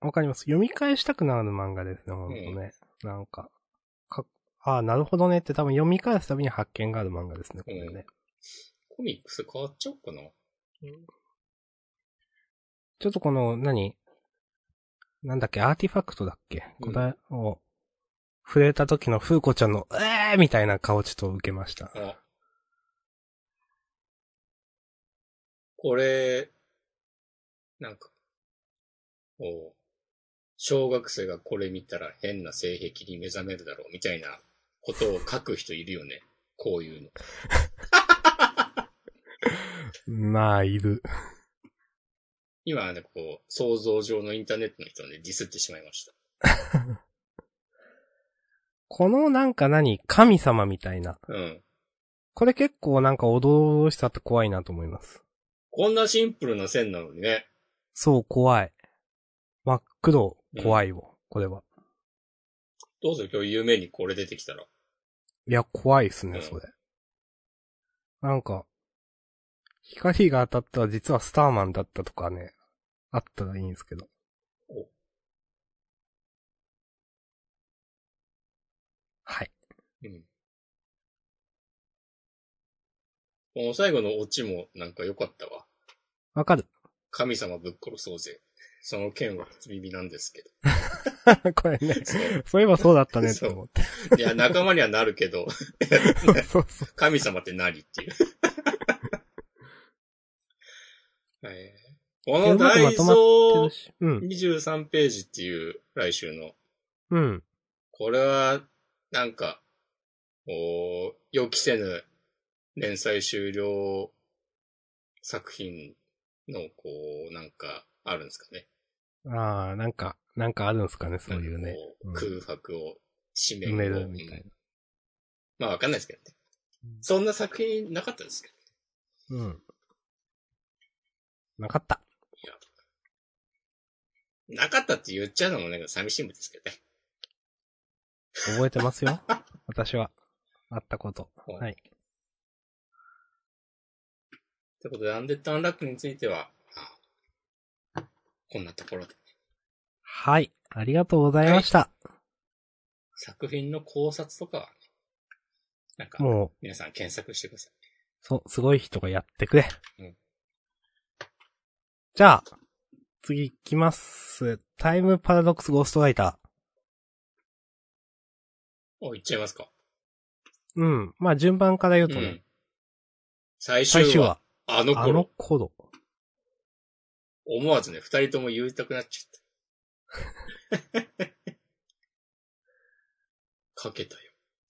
S1: わかります。読み返したくなる漫画ですね、ほんとね。なんか。かああ、なるほどねって多分読み返すたびに発見がある漫画ですね、これね。
S2: コミックス変わっちゃおうかな。
S1: ちょっとこの、何なんだっけ、アーティファクトだっけ、
S2: うん
S1: これを、触れた時の風子ちゃんの、えーみたいな顔ちょっと受けました。
S2: あ。これ、なんか、おう小学生がこれ見たら変な性癖に目覚めるだろうみたいなことを書く人いるよね。こういうの。
S1: まあ、いる。
S2: 今はね、こう、想像上のインターネットの人をね、ディスってしまいました。
S1: このなんか何神様みたいな。
S2: うん。
S1: これ結構なんか驚々しさって怖いなと思います。
S2: こんなシンプルな線なのにね。
S1: そう、怖い。真っ黒、怖いよ、これは。
S2: どうする今日夢にこれ出てきたら。
S1: いや、怖いっす
S2: う
S1: ね、
S2: ん
S1: それ。なんか、光が当たったら実はスターマンだったとかね、あったらいいんですけど。
S2: お
S1: はい。
S2: うん。この最後のオチもなんか良かったわ。
S1: わかる。
S2: 神様ぶっ殺そうぜ。その剣は初耳なんですけ
S1: これね、そういえばそうだったねって思って。
S2: ど。いや、仲間にはなるけど、
S1: そうそう。
S2: 神様って何っていう。 えーこの
S1: いや
S2: 大
S1: うまくまとまって
S2: 蔵
S1: るしうん。
S2: 23ページっていう来週の
S1: うん。
S2: これは、なんか、お予期せぬ連載終了作品の、こう、なんか、あるんですかね。
S1: ああ、なんか、なんかあるんすかね、そういうね。
S2: なんかこう空白を締め
S1: 埋めるみたいな。
S2: まあ、わかんないですけどね
S1: う。ん
S2: そんな作品なかったですけど。
S1: うん。なかった。
S2: なかったって言っちゃうのもなんか寂しいんですけどね。
S1: 覚えてます よ。私は。あったこと。
S2: うん
S1: はい。
S2: ということで、アンデッド・アンラックについては、あこんなところで。
S1: はい。ありがとうございました。
S2: 作品の考察とかはね、なんか、
S1: もう、
S2: 皆さん検索してください。
S1: そう、すごい人がやってくれ。
S2: うん
S1: じゃあ、次行きます。タイムパラドックスゴーストライター。
S2: お、いっちゃいますか。
S1: うん。まあ、順番から言うと
S2: う
S1: ね、
S2: ん。最終
S1: 最
S2: 話、
S1: 終話、
S2: あの
S1: あの
S2: 頃、
S1: 頃。
S2: 思わずね、二人とも言いたくなっちゃった。 かけたよ。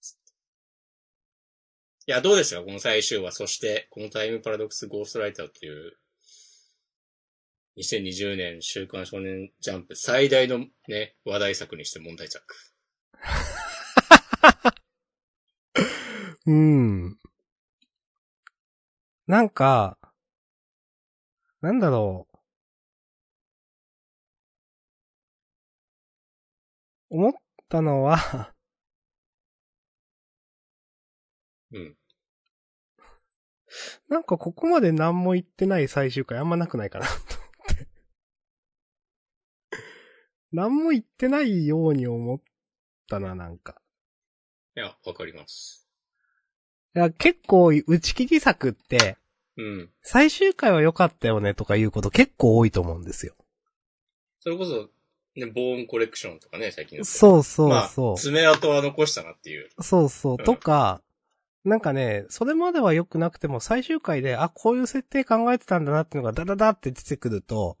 S2: つっていや、どうでしたかこの最終話。そして、このタイムパラドックスゴーストライターという、2020年週刊少年ジャンプ最大のね、話題作にして問題作。
S1: うん。なんか、なんだろう。思ったのは、
S2: うん。
S1: なんかここまで何も言ってない最終回あんまなくないかな と思って。何も言ってないように思ったな、なんか。
S2: いや、わかります。
S1: いや結構打ち切り作って、
S2: うん。
S1: 最終回は良かったよねとかいうこと結構多いと思うんですよ。
S2: それこそ、ね、ボーンコレクションとかね、最近だと
S1: そうそう
S2: ま
S1: そ
S2: あ、爪痕は残したなっていう。
S1: う。そうそう。
S2: うん
S1: とか、なんかね、それまでは良くなくても最終回で、あ、こういう設定考えてたんだなっていうのがダダダって出てくると、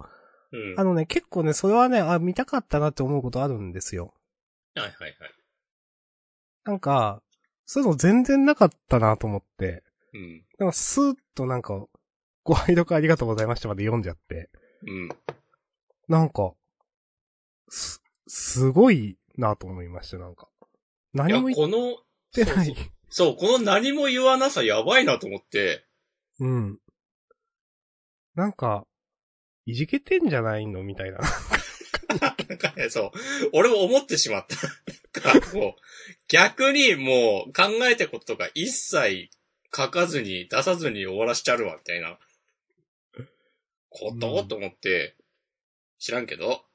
S2: うん。
S1: あのね、結構ね、それはね、あ、見たかったなって思うことあるんですよ。
S2: はいはいはい。
S1: なんか、そういうの全然なかったなと思って、
S2: うん。
S1: なんかスーッとなんか、ご愛読ありがとうございましたまで読んじゃって、
S2: うん。
S1: なんか、す、すごいなと思いました、なんか。
S2: いや、
S1: 何も言っ
S2: この、
S1: てない。
S2: そうそう、この何も言わなさやばいなと思って、
S1: うん。なんか、いじけてんじゃないのみたいな。
S2: なんかね、そう、俺も思ってしまった。なんか、こう、逆にもう考えたことが一切書かずに、出さずに終わらしちゃるわ、みたいな。こと、
S1: うん
S2: と思って、知らんけど。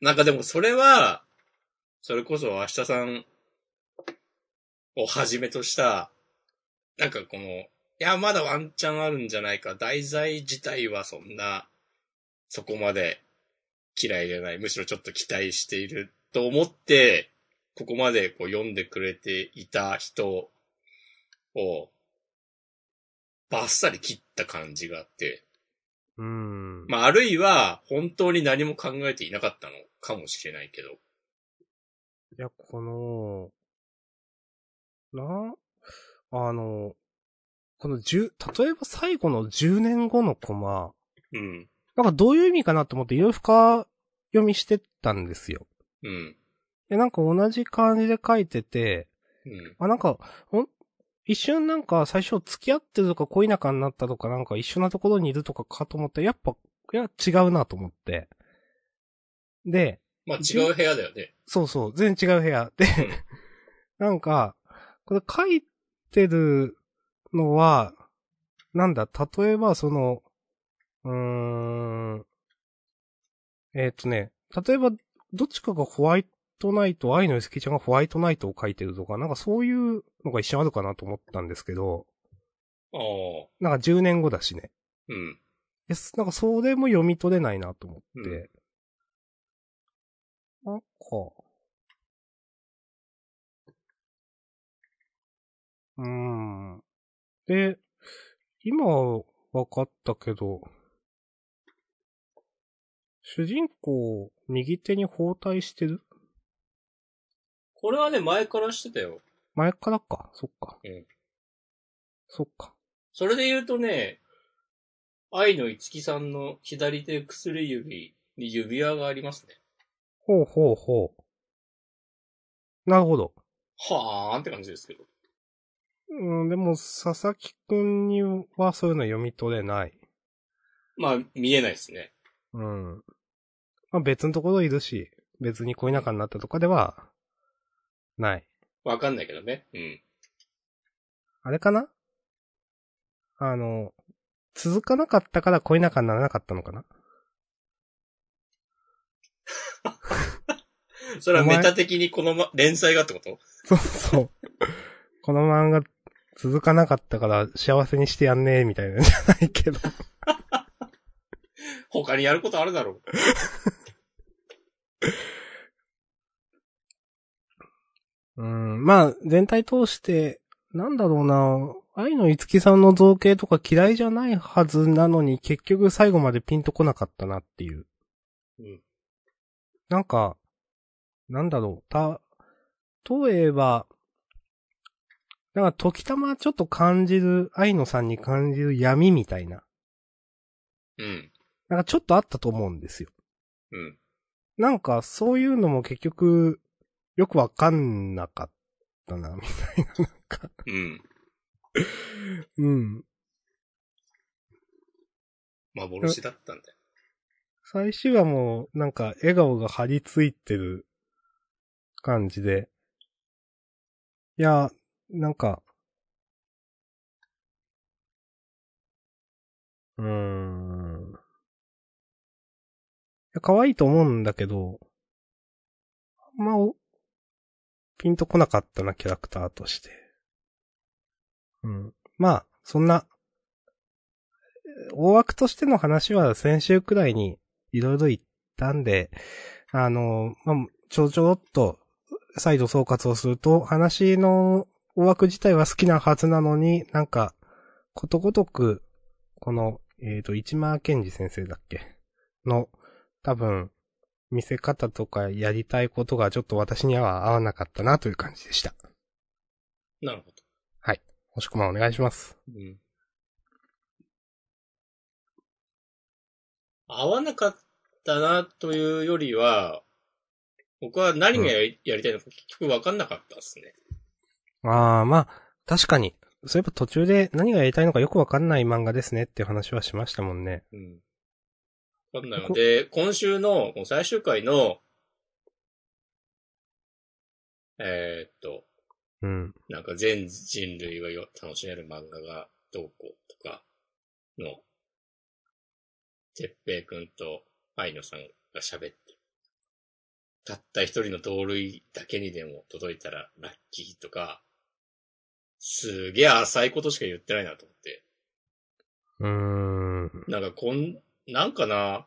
S2: なんかでもそれは、それこそ明日さんをはじめとした、なんかこの、いや、まだワンチャンあるんじゃないか。題材自体はそんな、そこまで嫌いじゃない。むしろちょっと期待していると思って、ここまでこう読んでくれていた人を、バッサリ切った感じがあって。
S1: うん。
S2: まあ、あるいは、本当に何も考えていなかったのかもしれないけど。
S1: いや、この、な、あの、この十、例えば最後の10年後のコマ、
S2: うん。
S1: なんかどういう意味かなと思っていろいろ深読みしてったんですよ。
S2: うん。
S1: で、なんか同じ感じで書いてて、
S2: うん。
S1: あ、なんか、ほん一瞬なんか最初付き合ってるとか恋仲になったとかなんか一緒なところにいるとかかと思ったらやっぱ、いや違うなと思って。で、
S2: まあ、違う部屋だよね。
S1: そうそう、全然違う部屋。で、なんか、これ書いてるのは、なんだ、例えばその、うーん、えっ、とね、例えば、どっちかがホワイトナイト、愛のゆすきちゃんがホワイトナイトを書いてるとか、なんかそういうのが一瞬あるかなと思ったんですけど、
S2: ああ。
S1: なんか10年後だしね。
S2: うん。
S1: いやすなんかそれも読み取れないなと思って。なんか、うーん。で、今は分かったけど、主人公、右手に包帯してる
S2: これはね、前からしてたよ。
S1: 前からか、そっか。
S2: うん
S1: そっか。
S2: それで言うとね、愛のいつきさんの左手薬指に指輪がありますね。
S1: ほうほうほう。なるほど。
S2: はーんって感じですけど。
S1: うん、でも、佐々木くんにはそういうの読み取れない。
S2: まあ、見えないですね。
S1: うん。まあ別のところいるし、別に恋仲になったとかでは、ない。
S2: わかんないけどね。うん。
S1: あれかなあの、続かなかったから恋仲にならなかったのかな
S2: それは
S1: お前
S2: メタ的にこの、ま、連載がってこと
S1: そうそう。この漫画続かなかったから幸せにしてやんねえみたいなんじゃないけど。
S2: 他にやることあるだろう。
S1: うん、まあ、全体通して、なんだろうな、愛のいつきさんの造形とか嫌いじゃないはずなのに、結局最後までピンとこなかったなっていう。
S2: うん。
S1: なんか、なんだろう、た、例えば、なんか時たまちょっと感じる、愛のさんに感じる闇みたいな、
S2: うん。
S1: なんかちょっとあったと思うんですよ。
S2: うん。
S1: なんか、そういうのも結局、よくわかんなかったな、みたいな、なんか。
S2: うん。
S1: うん。
S2: 幻だったんだよ。
S1: 最終話も、なんか、笑顔が張り付いてる感じで。いや、なんか、うーん。いや、可愛いと思うんだけど、あんまお、ピンとこなかったな、キャラクターとして。うん。まあ、そんな、大枠としての話は先週くらいにいろいろ言ったんで、あの、まあ、ちょろちょろっと再度総括をすると、話の大枠自体は好きなはずなのに、なんか、ことごとく、この、えっ、と、市間健二先生だっけの、多分、見せ方とかやりたいことがちょっと私には合わなかったなという感じでした。
S2: なるほど。
S1: もしくまお願いします。
S2: うん。合わなかったなというよりは、僕は何がやり,、やりたいのか結局分かんなかったですね。
S1: ああ、まあ、確かに。そういえば途中で何がやりたいのかよくわかんない漫画ですねっていう話はしましたもんね。
S2: うん。わかんないので、今週の、もう最終回の、えーっと、
S1: うん。
S2: なんか全人類がよ楽しめる漫画がどうこうとかの、てっぺいくんと愛野さんが喋って、たった一人の同類だけにでも届いたらラッキーとか、すげえ浅いことしか言ってないなと思って。
S1: うーん。
S2: なんかこん、なんかな。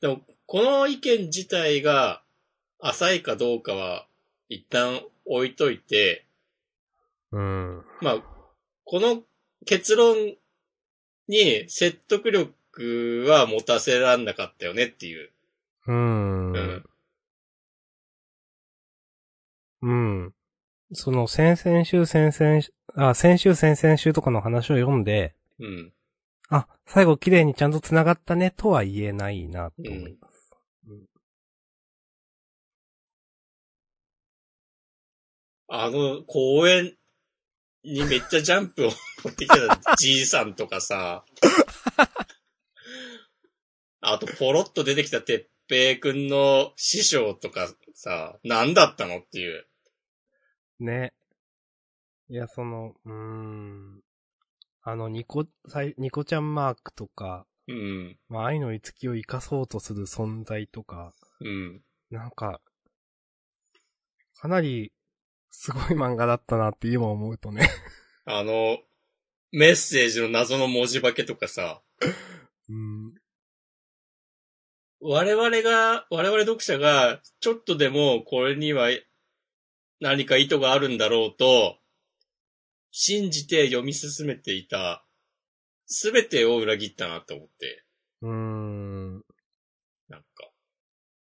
S2: でも、この意見自体が浅いかどうかは一旦置いといて、
S1: うん。
S2: まあ、この結論に説得力は持たせらんなかったよねっていう。
S1: うん
S2: う。ん。
S1: うん。その先々週、先々週、あ、先週、先々週とかの話を読んで、
S2: うん。
S1: あ、最後綺麗にちゃんと繋がったねとは言えないなと思います。
S2: あの公園にめっちゃジャンプを 持ってきたじいさんとかさ、あとポロッと出てきたてっぺいくんの師匠とかさ、何だったのっていう。
S1: ね。いや、その、うーん。あの、ニコ、さいニコちゃんマークとか、
S2: うん。
S1: まあ、愛の五きを生かそうとする存在とか、
S2: うん。
S1: なんか、かなり、すごい漫画だったなって今思うとね。
S2: あの、メッセージの謎の文字化けとかさ、
S1: うん。
S2: 我々が、我々読者が、ちょっとでもこれには何か意図があるんだろうと、信じて読み進めていた、すべてを裏切ったなと思って、
S1: うーん。
S2: なんか、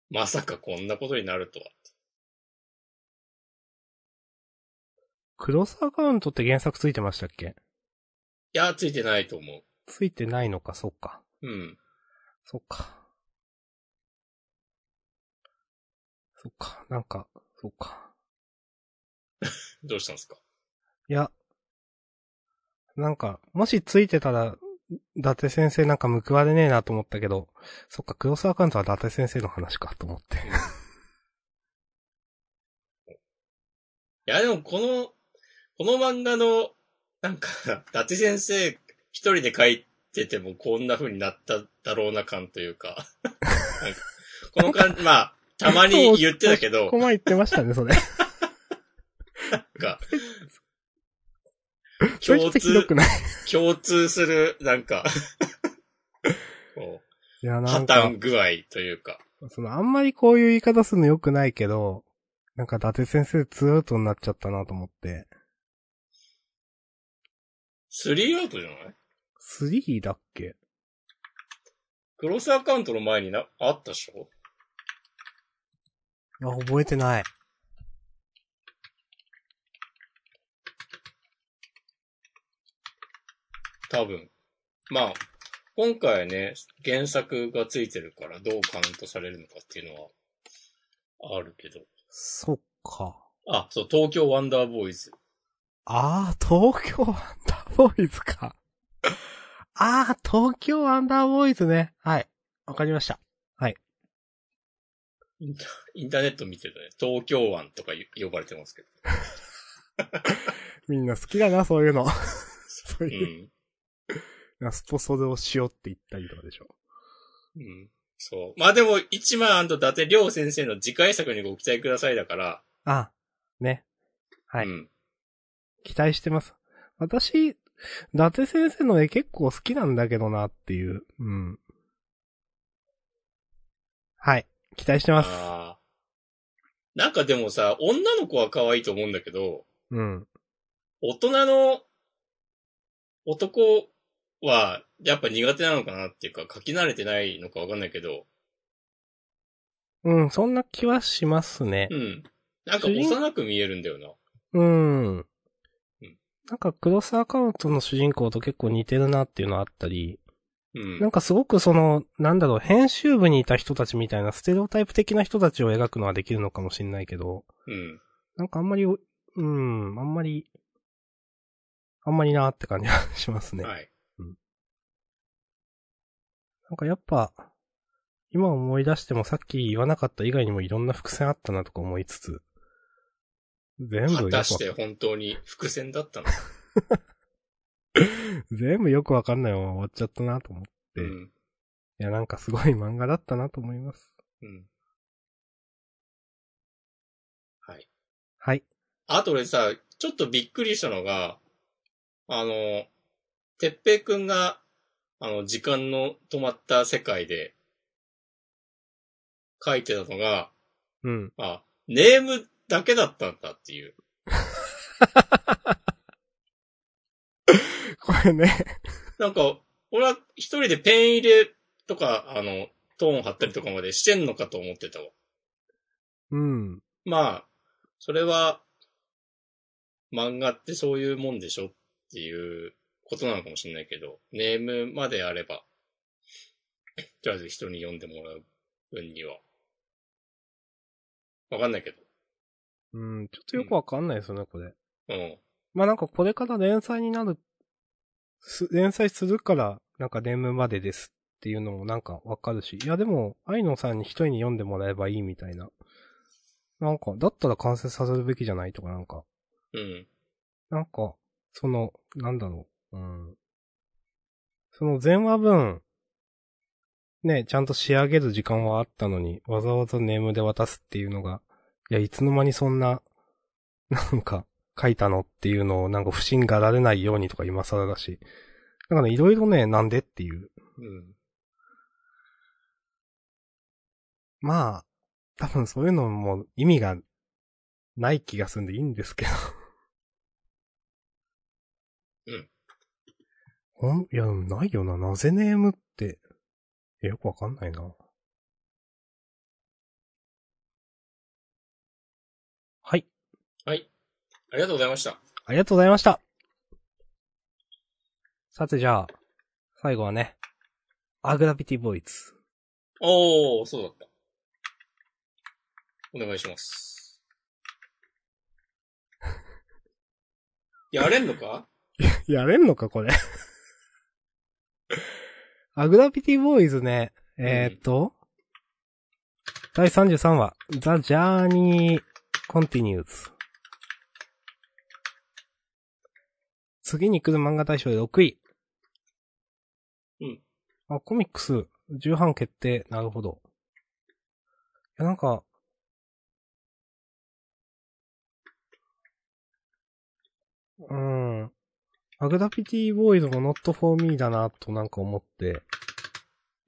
S2: まさかこんなことになるとは。
S1: クロスアカウントって原作ついてましたっけ
S2: いや、ついてないと思
S1: ついてないのか、そっか。
S2: う。うん。
S1: そっか。そっか、なんか、そっか。
S2: どうしたんですか
S1: いや、なんか、もしついてたら、伊達先生なんか報われねえなと思ったけど、そっか、クロスアカウントは伊達先生の話かと思って。
S2: いや、でもこの、この漫画の、なんか、 伊達先生一人で書いててもこんな風になっただろうな感とい うか。なんかこの感じ、まあ、たまに言ってた けど
S1: こ、ま言ってましたね、それ。
S2: が
S1: それちょ
S2: 共
S1: っとひど
S2: 通
S1: く、ない。
S2: 共通する、なんか こ
S1: いや、
S2: う、
S1: な
S2: 破
S1: んか、
S2: 綻具合というか。
S1: その、あんまりこういう言い方するの良くないけど、なんか伊達先生2アウトになっちゃったなと思って。
S2: スリーアウトじゃない
S1: 3だっけ
S2: クロスアカウントの前にな、あったでしょ
S1: あ、覚えてない。
S2: 多分。まあ、今回ね、原作がついてるからどうカウントされるのかっていうのは、あるけど。
S1: そっか。
S2: あ、そう、東京ワンダーボーイズ。
S1: ああ、東京ワンダーボーイズか。ああ、東京ワンダーボーイズね。はい。わかりました。
S2: インターネット見てるとね、東京湾とかよ呼ばれてます けど。
S1: みんな好きだな、そういうの。そう
S2: う
S1: いう、
S2: ん。
S1: ラスト袖をしようって言ったりとかでしょ。
S2: うん。そう。まあでも、一万と伊達亮先生の次回作にご期待くださいだから。
S1: あ、ね。はい
S2: うん。
S1: 期待してます。私、伊達先生の絵結構好きなんだけどなっていう。うん。はい。期待してます。
S2: ああ。なんかでもさ、女の子は可愛いと思うんだけど、
S1: うん。
S2: 大人の男はやっぱ苦手なのかなっていうか、書き慣れてないのかわかんないけど、
S1: うん、そんな気はしますね
S2: う。ん。なんか幼く見えるんだよな。
S1: うん。なんかクロスアカウントの主人公と結構似てるなっていうのあったり、
S2: うん。
S1: なんかすごくその、なんだろう、編集部にいた人たちみたいなステレオタイプ的な人たちを描くのはできるのかもしれないけど、
S2: うん。
S1: なんかあんまり、うん、あんまり、あんまりなーって感じが しますね。
S2: はい。
S1: なんかやっぱ、今思い出してもさっき言わなかった以外にもいろんな伏線あったなとか思いつつ、全部よ
S2: 果
S1: くわ
S2: たして本当に伏線だったのか。
S1: 全部よくわかんないまま終わっちゃったなと思ってで
S2: うん。
S1: いや、なんかすごい漫画だったなと思います。
S2: うん。はい。
S1: はい。
S2: あと俺さ、ちょっとびっくりしたのが、あの、てっぺいくんが、あの、時間の止まった世界で、書いてたのが、
S1: うん。
S2: あ、ネームだけだったんだっていう。
S1: これね。
S2: なんか、俺は一人でペン入れとか、あの、トーン貼ったりとかまでしてんのかと思ってたわ。
S1: うん。
S2: まあ、それは、漫画ってそういうもんでしょっていうことなのかもしれないけど、ネームまであれば、とりあえず人に読んでもらう分には。わかんないけど。
S1: うん。ちょっとよくわかんないですよね、これ。
S2: うん。
S1: まあなんかこれから連載になる、す連載するから、なんか年務までですっていうのもなんかわかるし。いやでも、愛野さんに一人に読んでもらえばいいみたいな。なんか、だったら完成させるべきじゃないとかなんか。
S2: うん。
S1: なんか、その、なんだろう。うん。その前話分、ね、ちゃんと仕上げる時間はあったのに、わざわざネームで渡すっていうのが、いや、いつの間にそんな、なんか、書いたのっていうのを、なんか不審がられないようにとか今更だし。なんかね、いろいろね、なんでっていう。
S2: うん。
S1: まあ、多分そういうのも意味がない気がするんでいいんですけど。
S2: うん。
S1: ほん、いや、でもないよな。なぜネームって。いやよくわかんないな。はい。
S2: はい。ありがとうございました。
S1: ありがとうございました。さてじゃあ、最後はね。アグラビティボーイズ。
S2: おー、そうだった。お願いします。 やれんのか
S1: やれんのか、これ。アグラビティボーイズね、えーっと、第33話、The Journey Continues。次に来る漫画大賞で6位。
S2: うん。
S1: あ、コミックス、重版決定、なるほど。いや、なんか、うん。アグダピティボーイズもノットフォーミーだなとなんか思って、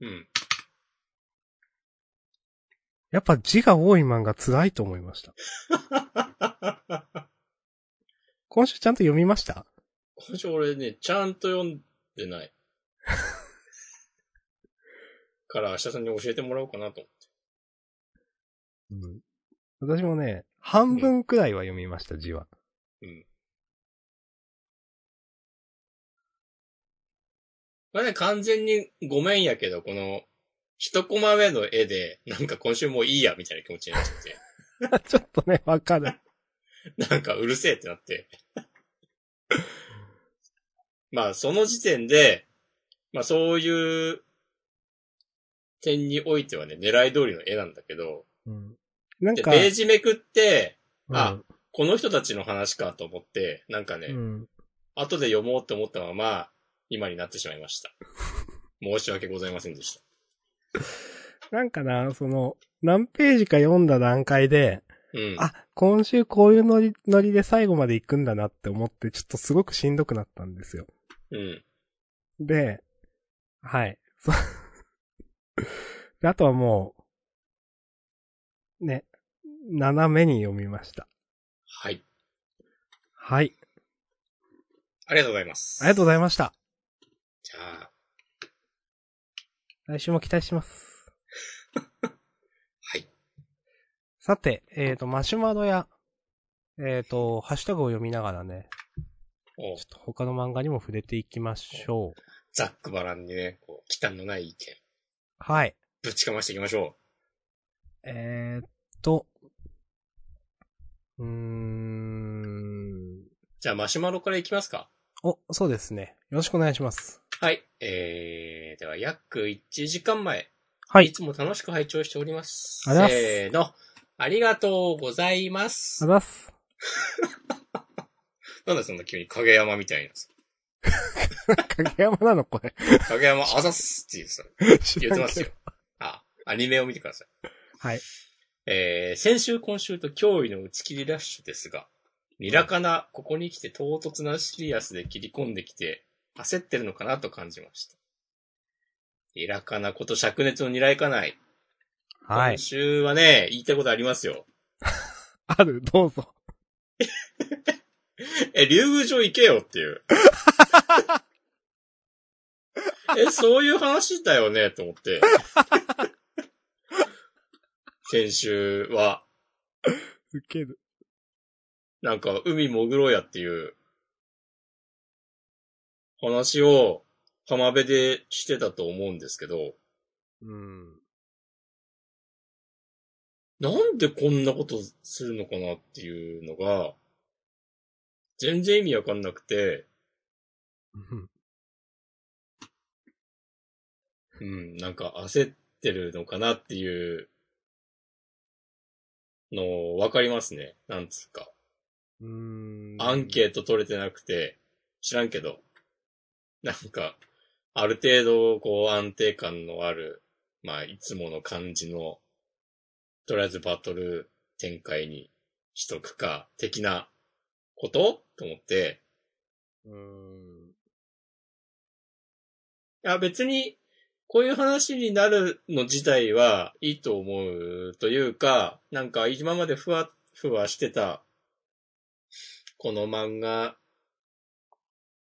S2: うん。
S1: やっぱ字が多い漫画辛いと思いました。 今週ちゃんと読みました
S2: 今週俺ね、ちゃんと読んでない。 から、明日さんに教えてもらおうかなと思って。
S1: うん。私もね、半分くらいは読みました、字 は。
S2: これね、完全にごめんやけど、この、一コマ目の絵で、なんか今週もういいや、みたいな気持ちになっちゃって。
S1: ちょっとね、わかる。
S2: なんかうるせえってなって。 まあ、その時点で、まあそういう点においてはね、狙い通りの絵なんだけど、
S1: うん。なん
S2: で、
S1: か、
S2: ページめくって、
S1: うん
S2: あこの人たちの話かと思って、なんかね、
S1: うん。
S2: 後で読もうって思ったまま、今になってしまいました。 申し訳ございませんでした。
S1: なんかな、その、何ページか読んだ段階で、
S2: うん。
S1: あ、今週こういうノリ、ノリで最後まで行くんだなって思って、ちょっとすごくしんどくなったんですよ。
S2: うん。
S1: で、はい。そう。 で、あとはもう、ね、斜めに読みました。
S2: はい。
S1: はい。
S2: ありがとうございます。
S1: ありがとうございました。
S2: じゃあ、
S1: 来週も期待します。
S2: はい。
S1: さて、えっ、と、マシュマロや、えっ、と、ハッシュタグを読みながらね、
S2: お
S1: ちょっと他の漫画にも触れていきましょう。
S2: ざっくばらんにね、こう、忌憚のない意見、
S1: はい。
S2: ぶちかましていきましょ
S1: えーっと、うーん。
S2: う。じゃあ、マシュマロからいきますか。
S1: お、そうですね。よろしくお願いします。
S2: はい。えー、では、約1時間前。
S1: はいい。
S2: つも楽しく拝聴しております。
S1: ありがとうござ
S2: せーの。ありがとうございま
S1: あ
S2: す。
S1: ざっす。
S2: なんだそんな急に影山みたいなさ。
S1: 影山なのこれ。
S2: 影山あざっすって言うさ、
S1: 知
S2: 言っ
S1: らん
S2: てま
S1: け
S2: す
S1: ど
S2: よ。あ、アニメを見てください。
S1: はい。
S2: えー、先週今週と驚異の打ち切りラッシュですが、ミラカナ、ここに来て唐突なシリアスで切り込んできて、焦ってるのかなと感じました。ミラカナこと灼熱のニライカナイ。
S1: は
S2: 今
S1: い。
S2: 週はね、言いたいことありますよ。
S1: ある、どうぞ。
S2: え、竜宮城行けよって いう。え、そういう話だよね、と思って。先週は、
S1: 受ける。
S2: なんか、海潜ろうやっていう、話を浜辺でしてたと思うんですけど、
S1: うん。
S2: なんでこんなことするのかなっていうのが、全然意味わかんなくて、うん、なんか焦ってるのかなっていうのわかりますね。なんつうか。
S1: うん。
S2: アンケート取れてなくて、知らんけど、なんか、ある程度、こう、安定感のある、まあ、いつもの感じの、とりあえずバトル展開にしとくか、的なことと思って、
S1: うん。
S2: いや、別に、こういう話になるの自体はいいと思うというか、なんか今までふわ、ふわしてた、この漫画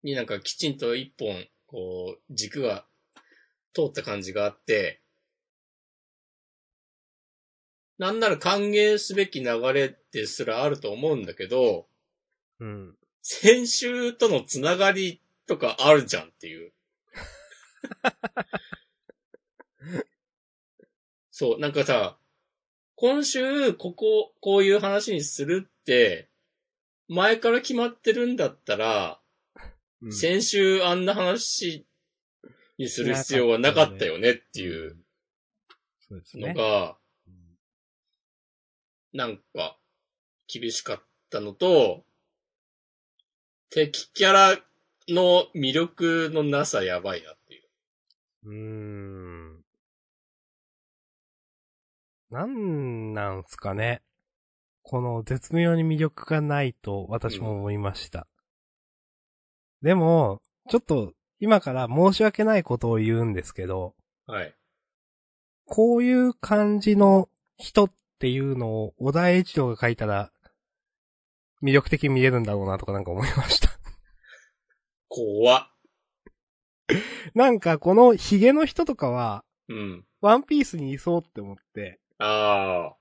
S2: になんかきちんと一本、こう、軸が通った感じがあって、なんなら歓迎すべき流れですらあると思うんだけど、
S1: うん。
S2: 先週とのつながりとかあるじゃんって いう。そう、なんかさ、今週、ここ、こういう話にするって、前から決まってるんだったら、
S1: うん
S2: 先週あんな話にする必要はなかったよねっていう。
S1: そうです
S2: の
S1: ね。
S2: が、なんか、厳しかったのと、敵キャラの魅力のなさやばいなっていう。
S1: うん。なんなんすかね。この絶妙に魅力がないと私も思いました。でも、ちょっと今から申し訳ないことを言うんですけど、
S2: はい。
S1: こういう感じの人っていうのを小田栄一郎が書いたら、魅力的に見えるんだろうなとかなんか思いました。
S2: 怖っ。
S1: なんかこのヒゲの人とかは、
S2: うん。
S1: ワンピースにいそうって思って、
S2: ああ。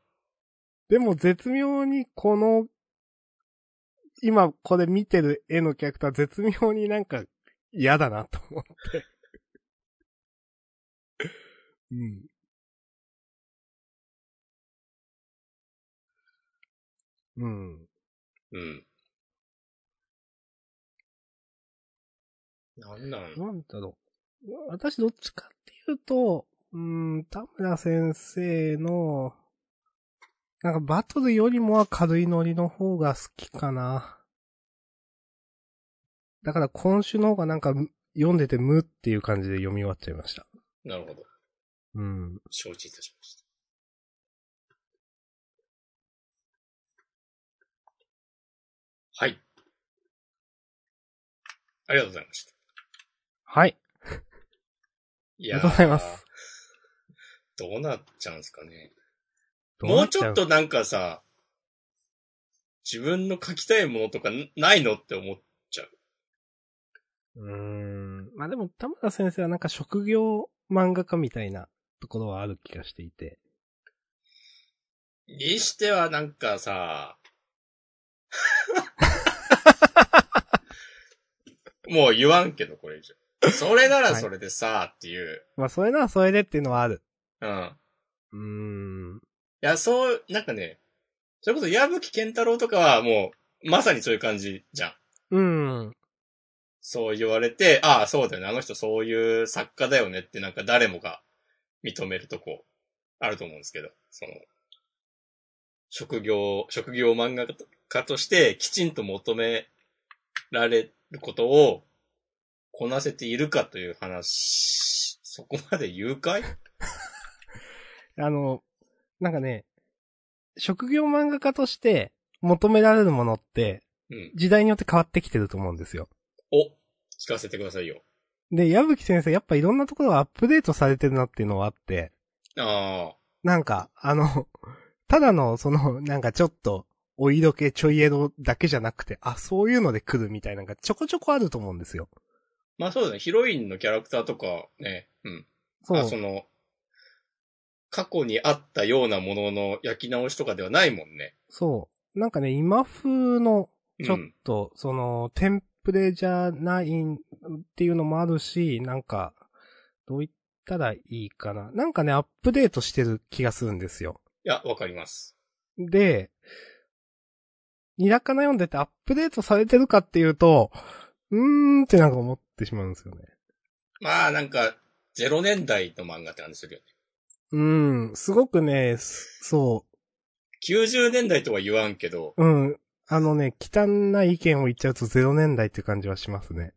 S1: でも絶妙にこの、今これ見てる絵のキャラクター絶妙になんか嫌だなと思って。 うん。うん。
S2: うん。なんなん
S1: なんだろう。私どっちかっていうと、うーん、田村先生の、なんかバトルよりもは軽いノリの方が好きかな。だから今週の方がなんか読んでて無っていう感じで読み終わっちゃいました。
S2: なるほど。
S1: うん。
S2: 承知いたしました。はい。ありがとうございました。
S1: はい。
S2: いやー
S1: ありがとうございます。
S2: どうなっちゃうんすかね。
S1: ど
S2: も
S1: な
S2: うち
S1: ゃ
S2: ょっ
S1: う。
S2: となんかさ、自分の書きたいものとかなないのって思っ
S1: うーん。まあでも田村先生はなんか職業漫画家みたいなところはある気がしていて。
S2: にしてはなんかさ、もう言わんけど、これ以上。それならそれでさ、っていう。
S1: まあそれならそれでっていうのはある。
S2: う
S1: うー
S2: ん。
S1: ん。
S2: いや、そう、なんかね、それこそ矢吹健太郎とかはもう、まさにそういう感じじゃん。
S1: うん。
S2: そう言われて、ああ、そうだよね。あの人そういう作家だよねってなんか誰もが認めるとこあると思うんですけど、その、職業、職業漫画家としてきちんと求められることをこなせているかという話、そこまで誘拐
S1: あの、なんかね、職業漫画家として求められるものって
S2: うん。
S1: 時代によって変わってきてると思うんですよ。
S2: お、聞かせてくださいよ。
S1: で、矢吹先生やっぱいろんなところがアップデートされてるなっていうのはあって、
S2: ああ、
S1: なんか、あの、 ただのその、なんかちょっと、お色気ちょいエロだけじゃなくて、あ、そういうので来るみたいなのがちょこちょこあると思うんですよ。
S2: まあそうだね。ヒロインのキャラクターとかね、うん。
S1: そ
S2: あ
S1: う。
S2: その、過去にあったようなものの焼き直しとかではないもんね。
S1: そう。なんかね、今風の、
S2: うん
S1: ちょっと、その、テンプレじゃないっていうのもあるし、なんか、どう言ったらいいかな。なんかね、アップデートしてる気がするんですよ。
S2: いや、わかります。
S1: で、ニラカナ読んでてアップデートされてるかっていうと、うーんってなんか思ってしまうんですよね。
S2: まあなんか、ゼロ年代の漫画って感じするよね。
S1: うん、すごくね、すそ
S2: 90年代とは言わんけど、
S1: う、うん、あのね、汚い意見を言っちゃうと0年代っていう感じはしますね。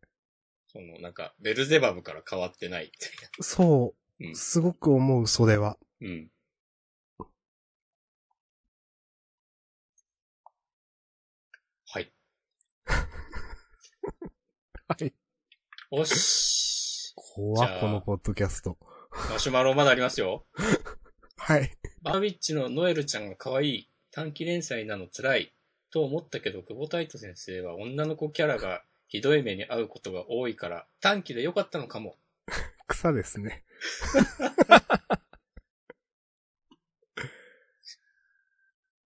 S2: そのなんか、ベルゼバブから変わってないみたい
S1: そうう、
S2: ん
S1: すごく思う、それは。
S2: な。うん。 はい。
S1: はい。
S2: おし。
S1: 怖
S2: じゃ
S1: っ
S2: あ
S1: このポッドキャスト。
S2: マシュマロまだありますよ。
S1: はい。
S2: バービッチのノエルちゃんが可愛い、短期連載なの辛い、と思ったけど、久保太斗先生は女の子キャラがひどい目に遭うことが多いから、短期で良かったのかも。
S1: 草ですね。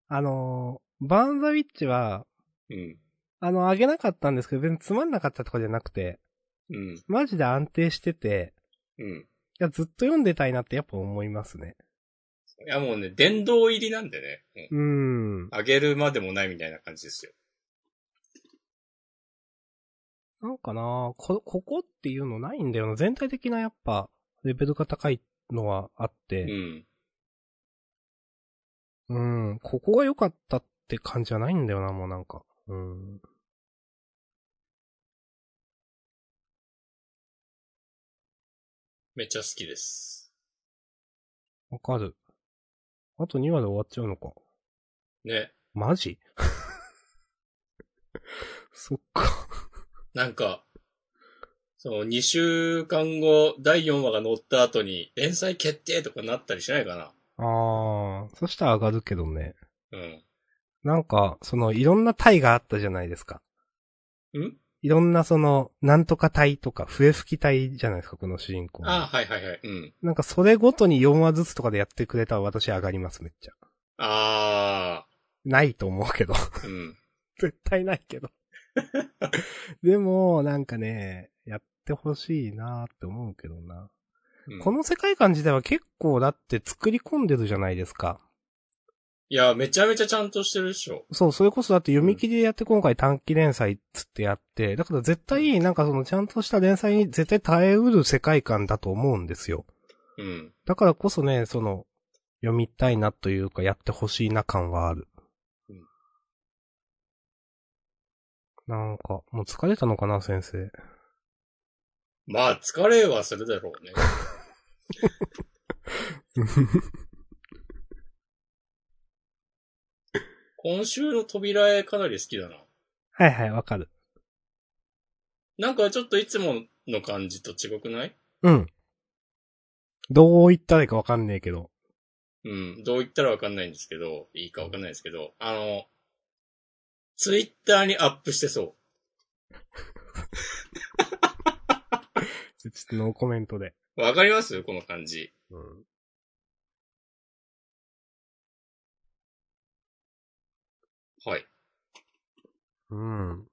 S1: あのーバーンザウィッチは、
S2: うん。
S1: あの、あげなかったんですけど、別につまんなかったとかじゃなくて、
S2: うん。
S1: マジで安定してて、
S2: うん。
S1: いや、ずっと読んでたいなってやっぱ思いますね。
S2: いやもうね、殿堂入りなんでね。うん
S1: うーん。
S2: あげるまでもないみたいな感じですよ。
S1: なんかなこ、ここっていうのないんだよな。全体的なやっぱ、レベルが高いのはあって、
S2: うん。
S1: うん、ここが良かったって感じじゃないんだよな、もうなんか。うん。
S2: めっちゃ好きです。
S1: わかる。あと2話で終わっちゃうのか。
S2: ね。
S1: マジ そっか。
S2: なんか、その2週間後、第4話が載った後に、連載決定とかなったりしないかな。
S1: あー。そしたら上がるけどね。
S2: うん。
S1: なんか、その、いろんな体があったじゃないですか。
S2: ん
S1: いろんなその、なんとか体とか、笛吹き体じゃないですか、この主人公。
S2: ああ、はいはいはい。うん。
S1: なんかそれごとに4話ずつとかでやってくれたら私上がります、めっちゃ。
S2: あ
S1: ないと思うけど。
S2: あ、うん。
S1: 絶対ない けど。でも、なんかね、やってほしいなーって思うけどな。
S2: うん
S1: この世界観自体は結構だって作り込んでるじゃないですか。
S2: いや、めちゃめちゃちゃんとしてるっしょ。
S1: そう、それこそだって読み切りでやって今回短期連載っつってやって、だから絶対なんかそのちゃんとした連載に絶対耐えうる世界観だと思うんですよ。
S2: うん。
S1: だからこそね、その、読みたいなというかやってほしいな感はある
S2: うん。
S1: なんか、もう疲れたのかな、先生。
S2: まあ、疲れはするだろ うね。今週の扉絵かなり好きだな。
S1: はいはい、わかる。
S2: なんかちょっといつもの感じと違くない
S1: うん。どう言ったらいいかわかんねえけど。
S2: うん。どう言ったらわかんないんですけど、いいかわかんないですけど、あの、ツイッターにアップしてそ
S1: ちょっとノーコメントで。
S2: う。わかりますこの感じ。
S1: うん。
S2: はい。
S1: うん。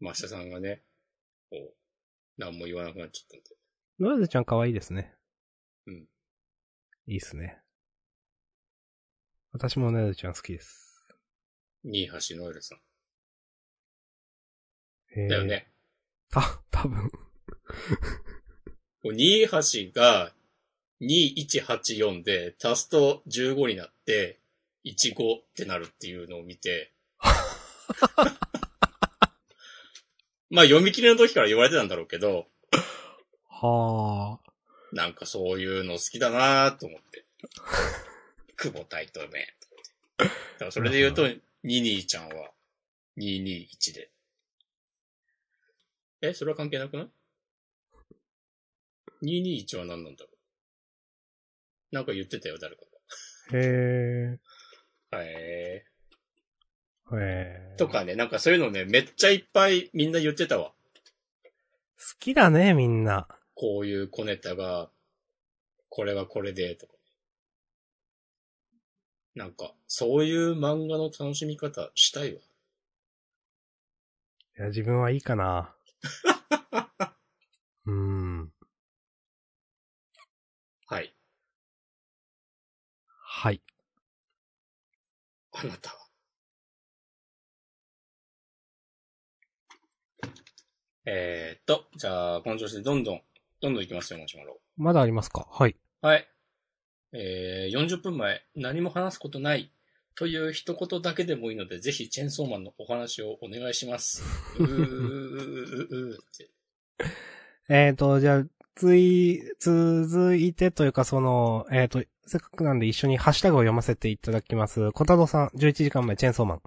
S2: マシャさんがね、こう、何も言わなくなっちゃったんで。
S1: ノラルちゃん可愛いですね。
S2: うん。
S1: いいっすね。私もノラルちゃん好きです。
S2: 新橋ノエルさん。
S1: へえ
S2: だよ。ね。
S1: た、多分
S2: こう新橋が2184で足すと15になって15ってなるっていうのを見て。まあ読み切りの時から言われてたんだろうけど、
S1: はあ。
S2: なんかそういうの好きだなと思って。久保対等ね。だからそれで言うと、ニニーちゃんは221で。え、それは関係なくない ?221 は何なんだろうなんか言ってたよ、誰か
S1: へえ。
S2: が。へ
S1: へえ
S2: ー。。とかね、なんかそういうのね、めっちゃいっぱいみんな言ってたわ。
S1: 好きだね、みんな。
S2: こういう小ネタが、これはこれで、とか。なんか、そういう漫画の楽しみ方したいわ。
S1: いや、自分はいいか な。うーん。
S2: はい。
S1: はい。
S2: あなたは。えーっと、じゃあ、この調子でどんどん、どんどん行きますよ、マシュマロ。
S1: まだありますかはい。
S2: はい。えー、40分前、何も話すことない。という一言だけでもいいので、ぜひチェンソーマンのお話をお願いし ます。うー、うー、うーって。
S1: えーと、じゃあ、つい、続いてというか、その、えーと、せっかくなんで一緒にハッシュタグを読ませていただきます。小太郎さん、11時間前、チェーンソーマン。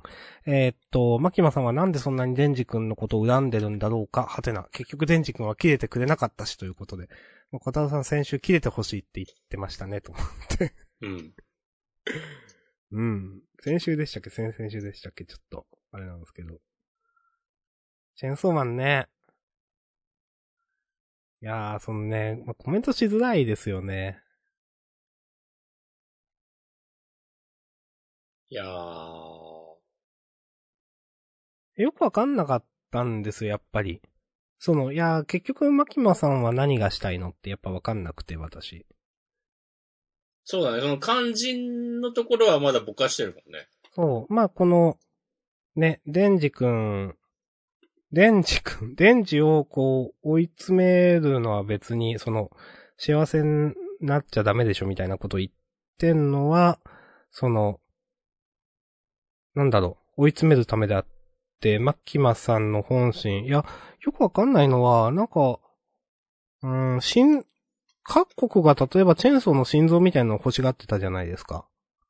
S1: えーと、マキマさんはなんでそんなにデンジ君のことを恨んでるんだろうか、はてな。結局デンジ君は切れてくれなかったし、ということで。まあ小太郎さん先週切れてほしいって言ってましたね、と。
S2: うん。
S1: うん。先週でしたっけ先々週でしたっけちょっと、あれなんですけど。チェーンソーマンね。いやー、そのね、まあ、コメントしづらいですよね。
S2: いやー、は
S1: よくわかんなかったんですよ、やっぱり。その、いやー、結局、マキマさんは何がしたいのってやっぱわかんなくて、私。
S2: そうだね。その肝心のところはまだぼかしてるもんね。
S1: そう。まあ、この、ね、デンジ君、デンジ君、デンジをこう、追い詰めるのは別に、その、幸せになっちゃダメでしょみたいなこと言ってんのは、その、なんだろう、追い詰めるためであって、マキマさんの本心、いや、よくわかんないのは、なんか、うーん、新、各国が例えばチェーンソーの心臓みたいなのを欲しがってたじゃないですか。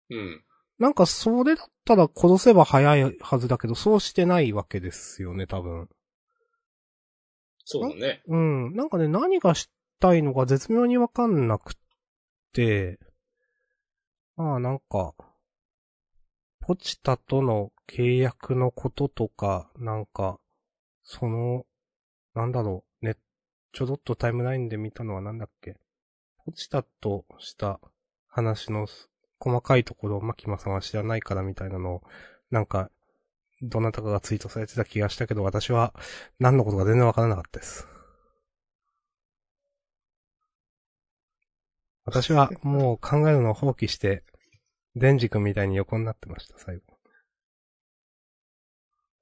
S2: うん。
S1: なんかそれだったら殺せば早いはずだけど、そうしてないわけですよね、多分。
S2: そうだね。
S1: うん。なんかね、何がしたいのが絶妙にわかんなくって、まあなんか、ポチタとの契約のこととか、なんか、その、なんだろう、ね、ちょろっとタイムラインで見たのはなんだっけ。ポチタとした話の細かいところをマキマさんは知らないからみたいなのを、なんか、どなたかがツイートされてた気がしたけど、私は何のことか全然わからなかったです。私はもう考えるのを放棄して、デンジ君みたいに横になってました、最後。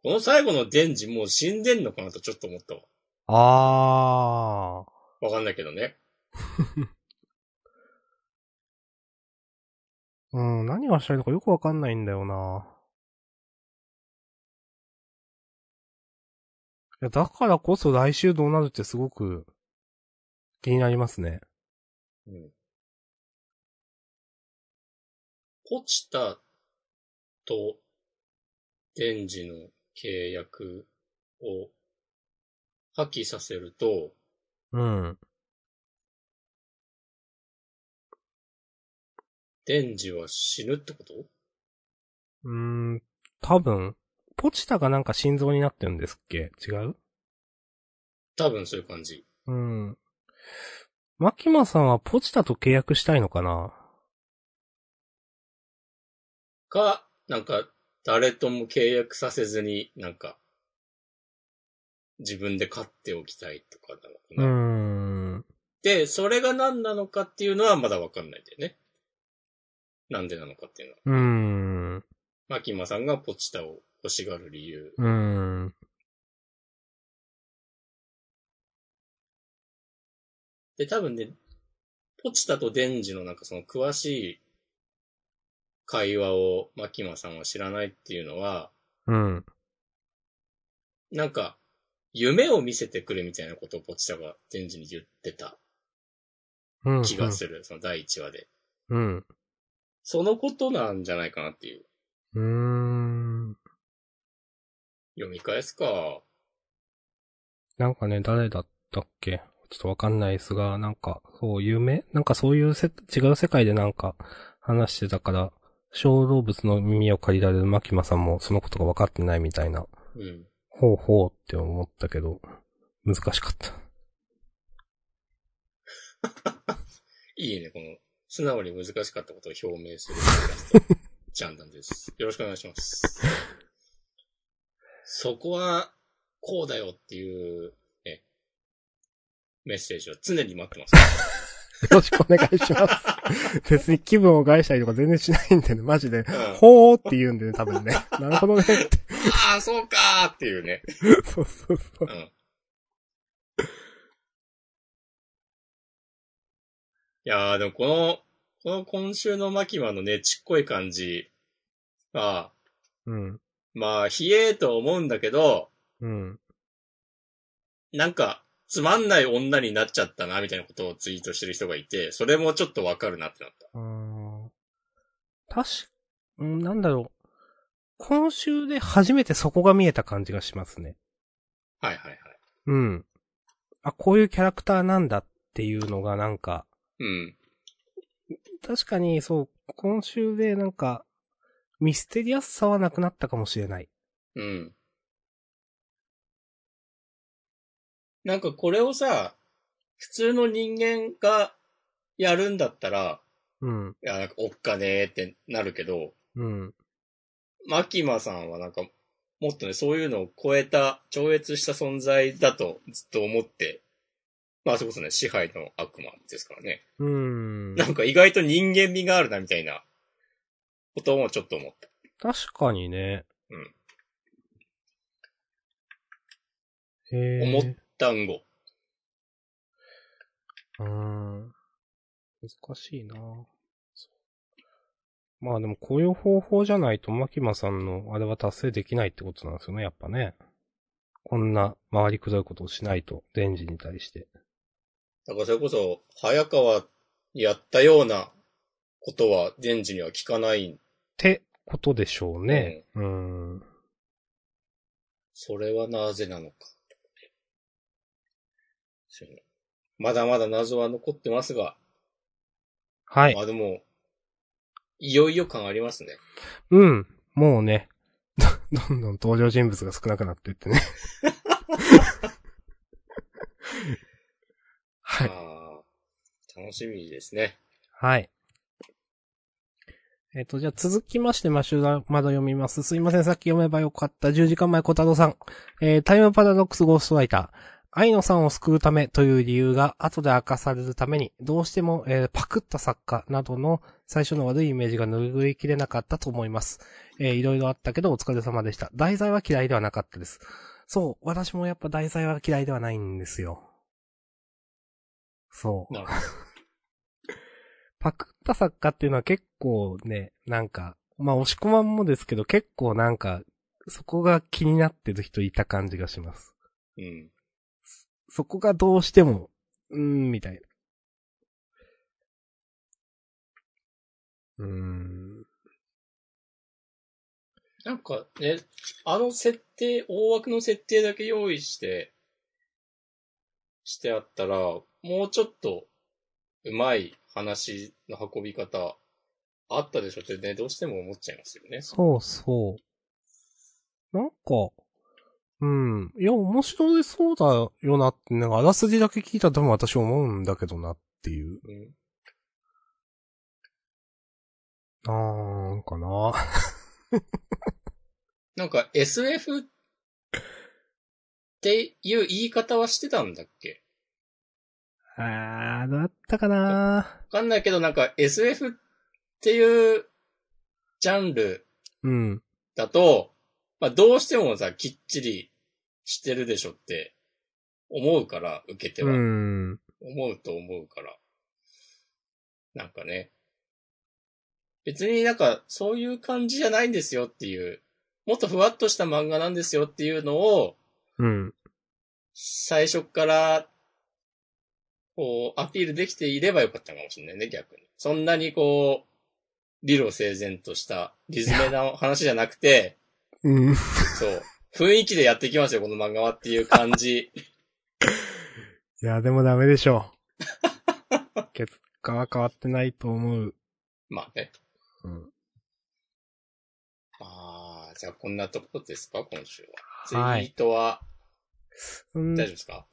S2: この最後のデンジもう死んでんのかなとちょっと思ったわ。
S1: あー。
S2: わかんないけどね。
S1: うん、何がしたいのかよくわかんないんだよな。いや、だからこそ来週どうなるってすごく気になりますね。
S2: うん。ポチタとデンジの契約を破棄させると、
S1: うん。
S2: デンジは死ぬってこと
S1: うーん、多分、ポチタがなんか心臓になってるんですっけ違う
S2: 多分そういう感じ。
S1: うん。マキマさんはポチタと契約したいのかな
S2: か、なんか、誰とも契約させずに、なんか、自分で買っておきたいとかなのか
S1: う
S2: な。
S1: ーん。
S2: で、それが何なのかっていうのはまだわかんないんだよね。なんでなのかっていうの
S1: う
S2: は。
S1: ーん。う
S2: マキマさんがポチタを欲しがる理由。
S1: ーん。
S2: で、多分ね、ポチタとデンジのなんかその詳しい会話をマキマさんは知らないっていうのは、
S1: うん。
S2: なんか、夢を見せてくれみたいなことをポチタがデンジに言ってた
S1: うん。
S2: 気がする。その第1話で。
S1: うん。
S2: そのことなんじゃないかなっていう。
S1: うーん。
S2: 読み返すか。
S1: なんかね、誰だったっけちょっとわかんないですが、なんか、そう、夢なんかそういうせ、違う世界でなんか話してたから、小動物の耳を借りられるマキマさんもそのことが分かってないみたいな、
S2: うん。
S1: ほうほうって思ったけど、難しか った。
S2: いいね、この、素直に難しかったことを表明するジャンダンです。よろしくお願いします。そこは、こうだよっていう、ね、メッセージは常に待ってます。
S1: よろしくお願いします。 別に気分を害したりとか全然しないんでね、マジ で。
S2: うん
S1: ほーって言うんでね、多 分ね。なるほどねって。
S2: ああ、そうかーっていうね。
S1: そうそうそう
S2: う。ん。いやー、でもこの、この今週のマキマのね、ちっこい感じは、
S1: うん。
S2: まあ、冷えとは思うんだけど、
S1: うん。
S2: なんか、つまんない女になっちゃったな、みたいなことをツイートしてる人がいて、それもちょっとわかるなってなった。
S1: うーん確か、うんなんだろう。今週で初めてそこが見えた感じがしますね。
S2: はいはいはい。
S1: うん。あ、こういうキャラクターなんだっていうのがなんか、
S2: うん。
S1: 確かにそう、今週でなんか、ミステリアスさはなくなったかもしれない。
S2: うん。なんかこれをさ、普通の人間がやるんだったら、
S1: うん。
S2: いや、なんか、おっかねーってなるけど、
S1: うん。
S2: マキマさんはなんか、もっとね、そういうのを超えた、超越した存在だとずっと思って、まあ、それこそね、支配の悪魔ですからね。
S1: うーん。
S2: なんか意外と人間味があるな、みたいな、こともちょっと思った。
S1: 確かにね。
S2: うん。
S1: え
S2: 思ったんご。
S1: うーん。難しいなそうまあでもこういう方法じゃないと、マキマさんのあれは達成できないってことなんですよね、やっぱね。こんな回りくどいことをしないと、デンジに対して。
S2: だからそれこそ、早川にやったようなことは、デンジには聞かない。
S1: ってことでしょうね。うん。ん
S2: それはなぜなのか。そういうのまだまだ謎は残ってますが、
S1: はい。
S2: まあでも、いよいよ感ありますね。
S1: うん。もうね、 どどんどん登場人物が少なくなってってね。はい。
S2: あー楽しみですね。
S1: はい。えっ、と、じゃあ続きまして、マシュラまだ読みます。すいません、さっき読めばよかった。10時間前、小太郎さん。えータイムパラドックスゴーストライター。愛野さんを救うためという理由が後で明かされるために、どうしても、えーパクった作家などの最初の悪いイメージが拭いきれなかったと思います。えーいろいろあったけどお疲れ様でした。題材は嫌いではなかったです。そう、私もやっぱ題材は嫌いではないんですよ。そう。
S2: なるほど
S1: パクった作家っていうのは結構ね、なんか、まあ押し込まんもですけど結構なんか、そこが気になってる人いた感じがします。
S2: うん。
S1: そこがどうしても、うーん、みたいな。うーん。
S2: なんかね、あの設定、大枠の設定だけ用意して、してあったら、もうちょっと、うまい話の運び方、あったでしょってね、どうしても思っちゃいますよね。
S1: そうそう。なんか、うん。いや、面白いそうだよなって、なんかあらすじだけ聞いたら多分私思うんだけどなっていう。
S2: うん。
S1: なんかな。
S2: なんか SF っていう言い方はしてたんだっけ
S1: あー、どうだったかな
S2: わかんないけど、なんか SF っていうジャンル
S1: うん。
S2: だと、まあどうしてもさ、きっちりしてるでしょって思うから、受けて
S1: う
S2: は。
S1: ん。
S2: 思うと思うから。なんかね。別になんかそういう感じじゃないんですよっていう、もっとふわっとした漫画なんですよっていうのを、
S1: うん。
S2: 最初から、こう、アピールできていればよかったかもしれないね、逆に。そんなにこう、理路整然とした、リズメな話じゃなくて、
S1: うん。
S2: そう、雰囲気でやっていきますよ、この漫画はっていう感 じ。
S1: いや、でもダメでしょ う。結果は変わってないと思う。
S2: まあね。
S1: うん。
S2: ああ、じゃあこんなとこですか、今週は。
S1: は
S2: ツ
S1: い
S2: イートは、
S1: うん
S2: 大丈夫ですか、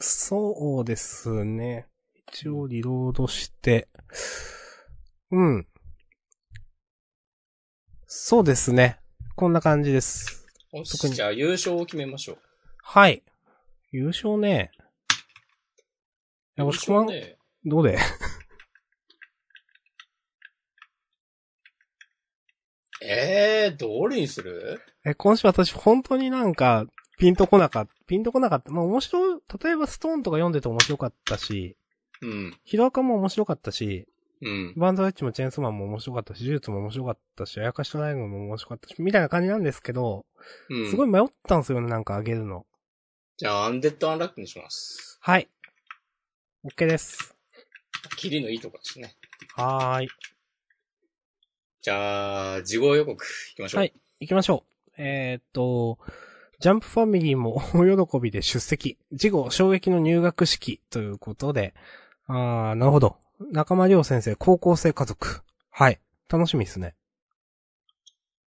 S1: そうですね。一応リロードして。うん。そうですね。こんな感じです。
S2: よし
S1: 特に
S2: じゃあ優勝を決めましょう。
S1: はい。優勝ね。いや、押し込まん、
S2: 優勝ね
S1: どうで
S2: ええー、どれにする
S1: え、今週私本当になんか、ピンとこなかった。ピンとこなかった。まあ面白い、例えばストーンとか読んでて面白かったし、
S2: うん。
S1: ヒロアカも面白かったし、
S2: うん。
S1: バンザーエッジもチェーンソーマンも面白かったし、呪術も面白かったし、あやかしとライムも面白かったし、みたいな感じなんですけど、
S2: うん。
S1: すごい。迷ったんですよね、なんかあげるの。
S2: じゃあ、アンデッドアンラックにします。
S1: はい。OK です。
S2: キリのいいとこですね。
S1: はーい。
S2: じゃあ、事後予告いきましょう。
S1: はい行きましょう。えーっと、ジャンプファミリーも 大喜びで出席。事後、衝撃の入学式ということで、あー、なるほど。中間亮先生、高校生家族。はい。楽しみですね。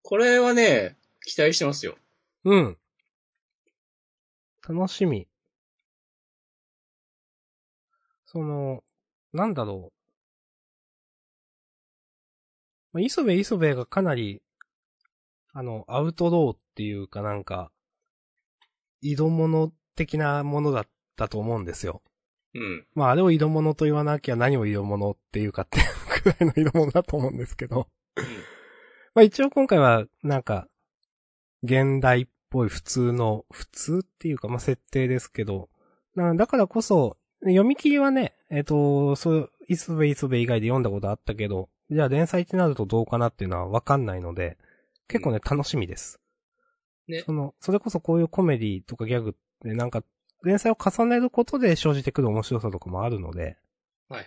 S2: これはね、期待してますよ。
S1: うん。楽しみ。その、なんだろう。まあ、磯部磯部がかなり、あの、アウトローっていうかなんか、色物的なものだったと思うんですよ。
S2: うん。
S1: まあ、あれを色物と言わなきゃ何を色物っていうかっていうくらいの色物だと思うんですけど。まあ一応今回は、なんか、現代っぽい普通の、普通っていうか、まあ設定ですけど、なだからこそ、読み切りはね、えっ、と、そう、磯部磯部以外で読んだことあったけど、じゃあ連載ってなるとどうかなっていうのはわかんないので、結構ね、楽しみです。
S2: ね
S1: その、それこそこういうコメディとかギャグってなんか、連載を重ねることで生じてくる面白さとかもあるので、
S2: はいはい。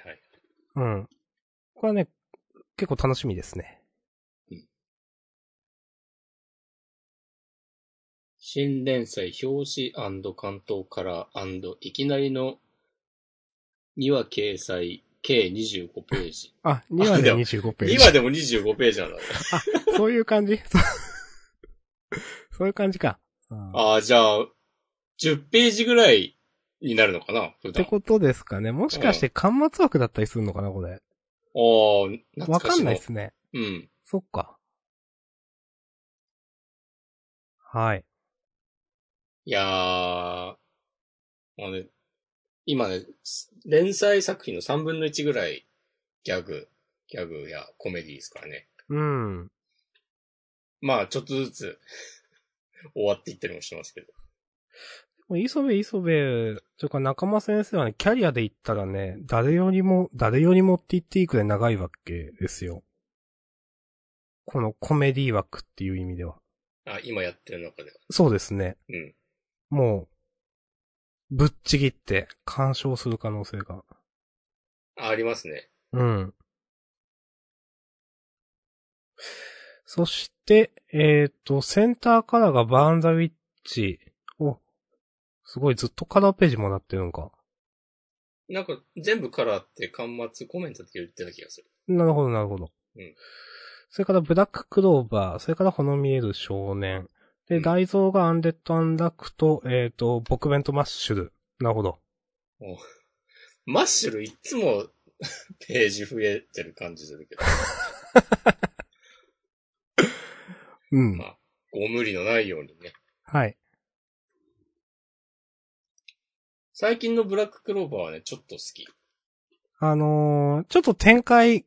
S1: うん。これはね、結構楽しみですね。
S2: 新連載表紙関東カラーいきなりの2話掲載、計25ページ。
S1: あ、2話で25ページ。
S2: 2話でも25ページなんだね。
S1: そういう感じ そうそういう感じか。うんっ
S2: ああ、じゃあ、10ページぐらいになるのかな
S1: て
S2: 普段。あ
S1: ことですかね。もしかして、間末枠だったりするのかな、これ。
S2: あ、懐
S1: わか
S2: し
S1: んないですね。
S2: うん。
S1: そっか。はい。
S2: いやー、あのね、今ね、連載作品の3分の1ぐらいギャグ、ギャグやコメディですからね。
S1: うん。
S2: まあ、ちょっとずつ 終わっていったりもしてますけど。
S1: 磯部磯部、というか仲間先生はね、キャリアで言ったらね、誰よりも、誰よりもって言っていいくらい長いわけですよ。このコメディ枠っていう意味では。
S2: あ、今やってる中では。
S1: そうですね。
S2: うん
S1: もう、ぶっちぎって干渉する可能性が。
S2: あ、ありますね。
S1: うん。そして、えっ、と、センターカラーがバーンザウィッチを、すごいずっとカラーページもらってるのか。
S2: なんか、全部カラーって、端末コメントって言ってた気がする。
S1: なるほど、なるほど。
S2: うん
S1: それから、ブラッククローバー、それから、ほの見える少年。で、
S2: うん
S1: 大蔵がアンデッド・アンラックと、えっ、と、僕弁とマッシュル。なるほど。
S2: マッシュルいっつも、 ページ増えてる感じするけど。
S1: うん。
S2: まあご無理のないようにね。
S1: はい。
S2: 最近のブラッククローバーはね、ちょっと好き。
S1: あのーちょっと展開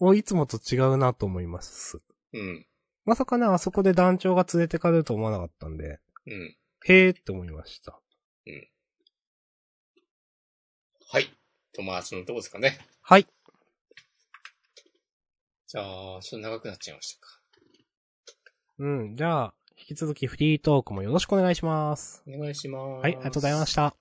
S1: をいつもと違うなと思います。
S2: うん。
S1: まさかね、あそこで団長が連れてかれると思わなかったんで、
S2: うん。
S1: へーって思いました。
S2: はい。と、まあ、そのとこですかね。
S1: はい。
S2: じゃあ、ちょっと長くなっちゃいましたか。
S1: うん、じゃあ、引き続きフリートークもよろしくお願いします。
S2: お願いします。
S1: はい、ありがとうございました。